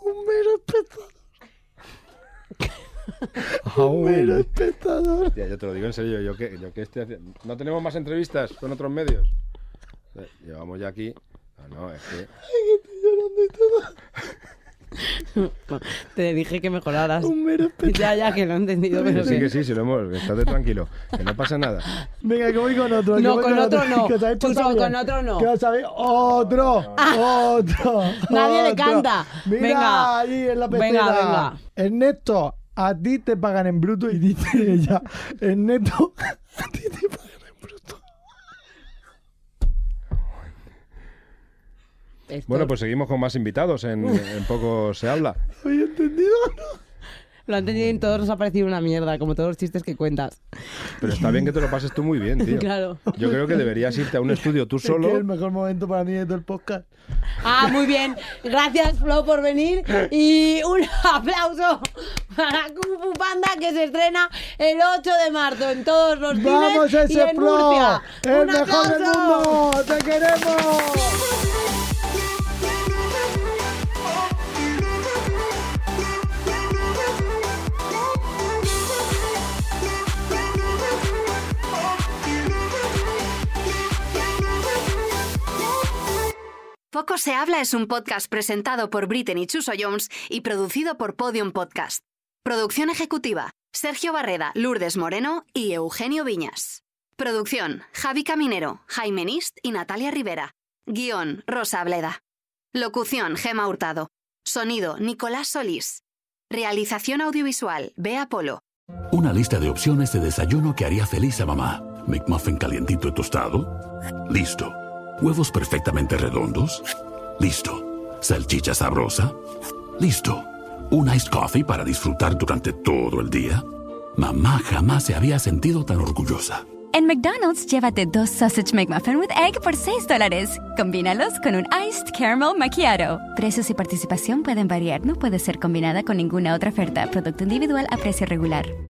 Speaker 3: Un mero espectador. Un mero espectador.
Speaker 6: Tía, yo te lo digo en serio, yo que, yo que estoy haciendo... No tenemos más entrevistas con otros medios. Eh, Llevamos ya aquí... No, no, es que...
Speaker 4: Te dije que mejoraras.
Speaker 3: Un mero espectador.
Speaker 4: Ya, ya, que lo he entendido.
Speaker 6: Que
Speaker 4: Pero
Speaker 6: sí,
Speaker 4: que-
Speaker 6: que sí, si lo hemos... Estate tranquilo, que no pasa nada.
Speaker 3: Venga, que voy con otro. que
Speaker 4: No,
Speaker 3: voy
Speaker 4: con otro no.
Speaker 3: que os habéis portado
Speaker 4: Chuso,
Speaker 3: bien.
Speaker 4: con otro no.
Speaker 3: Que os habéis- Otro, otro.
Speaker 4: Nadie le
Speaker 3: otro.
Speaker 4: canta.
Speaker 3: Mira,
Speaker 4: Venga.
Speaker 3: ahí en la
Speaker 4: Venga,
Speaker 3: pecera.
Speaker 4: venga.
Speaker 3: Ernesto, a ti te pagan en bruto y dice ella. Ernesto, a ti te pagan en bruto.
Speaker 4: Esto-
Speaker 6: Bueno, pues seguimos con más invitados en, en poco se habla.
Speaker 3: ¿Habéis entendido o no?
Speaker 4: Lo han tenido y en todos nos ha parecido una mierda, como todos los chistes que cuentas.
Speaker 6: Pero está bien que te lo pases tú muy bien, tío.
Speaker 4: Claro.
Speaker 6: Yo creo que deberías irte a un estudio tú
Speaker 3: Es que es
Speaker 6: solo.
Speaker 3: el mejor momento para mí de todo el podcast.
Speaker 4: Ah, muy bien. Gracias, Flo, por venir. Y un aplauso para Kung Fu Panda, que se estrena el 8 de marzo en todos los cines
Speaker 3: ¡Vamos a
Speaker 4: y
Speaker 3: ese
Speaker 4: en
Speaker 3: pro!
Speaker 4: Murcia.
Speaker 3: ¡El
Speaker 4: ¡Un
Speaker 3: mejor del
Speaker 4: aplauso!
Speaker 3: mundo! ¡Te queremos!
Speaker 2: Poco se habla es un podcast presentado por Britten y Chuso Jones y producido por Podium Podcast. Producción ejecutiva: Sergio Barreda, Lourdes Moreno y Eugenio Viñas. Producción: Javi Caminero, Jaime Nist y Natalia Rivera. Guión: Rosa Ableda. Locución: Gema Hurtado. Sonido: Nicolás Solís. Realización audiovisual: Bea Polo.
Speaker 9: Una lista de opciones de desayuno que haría feliz a mamá. McMuffin calientito y tostado. Listo. Huevos perfectamente redondos. Listo. Salchicha sabrosa. Listo. Un iced coffee para disfrutar durante todo el día. Mamá jamás se había sentido tan orgullosa.
Speaker 10: En McDonald's, llévate dos Sausage McMuffin with Egg por 6 dólares. Combínalos con un Iced Caramel Macchiato. Precios y participación pueden variar. No puede ser combinada con ninguna otra oferta. Producto individual a precio regular.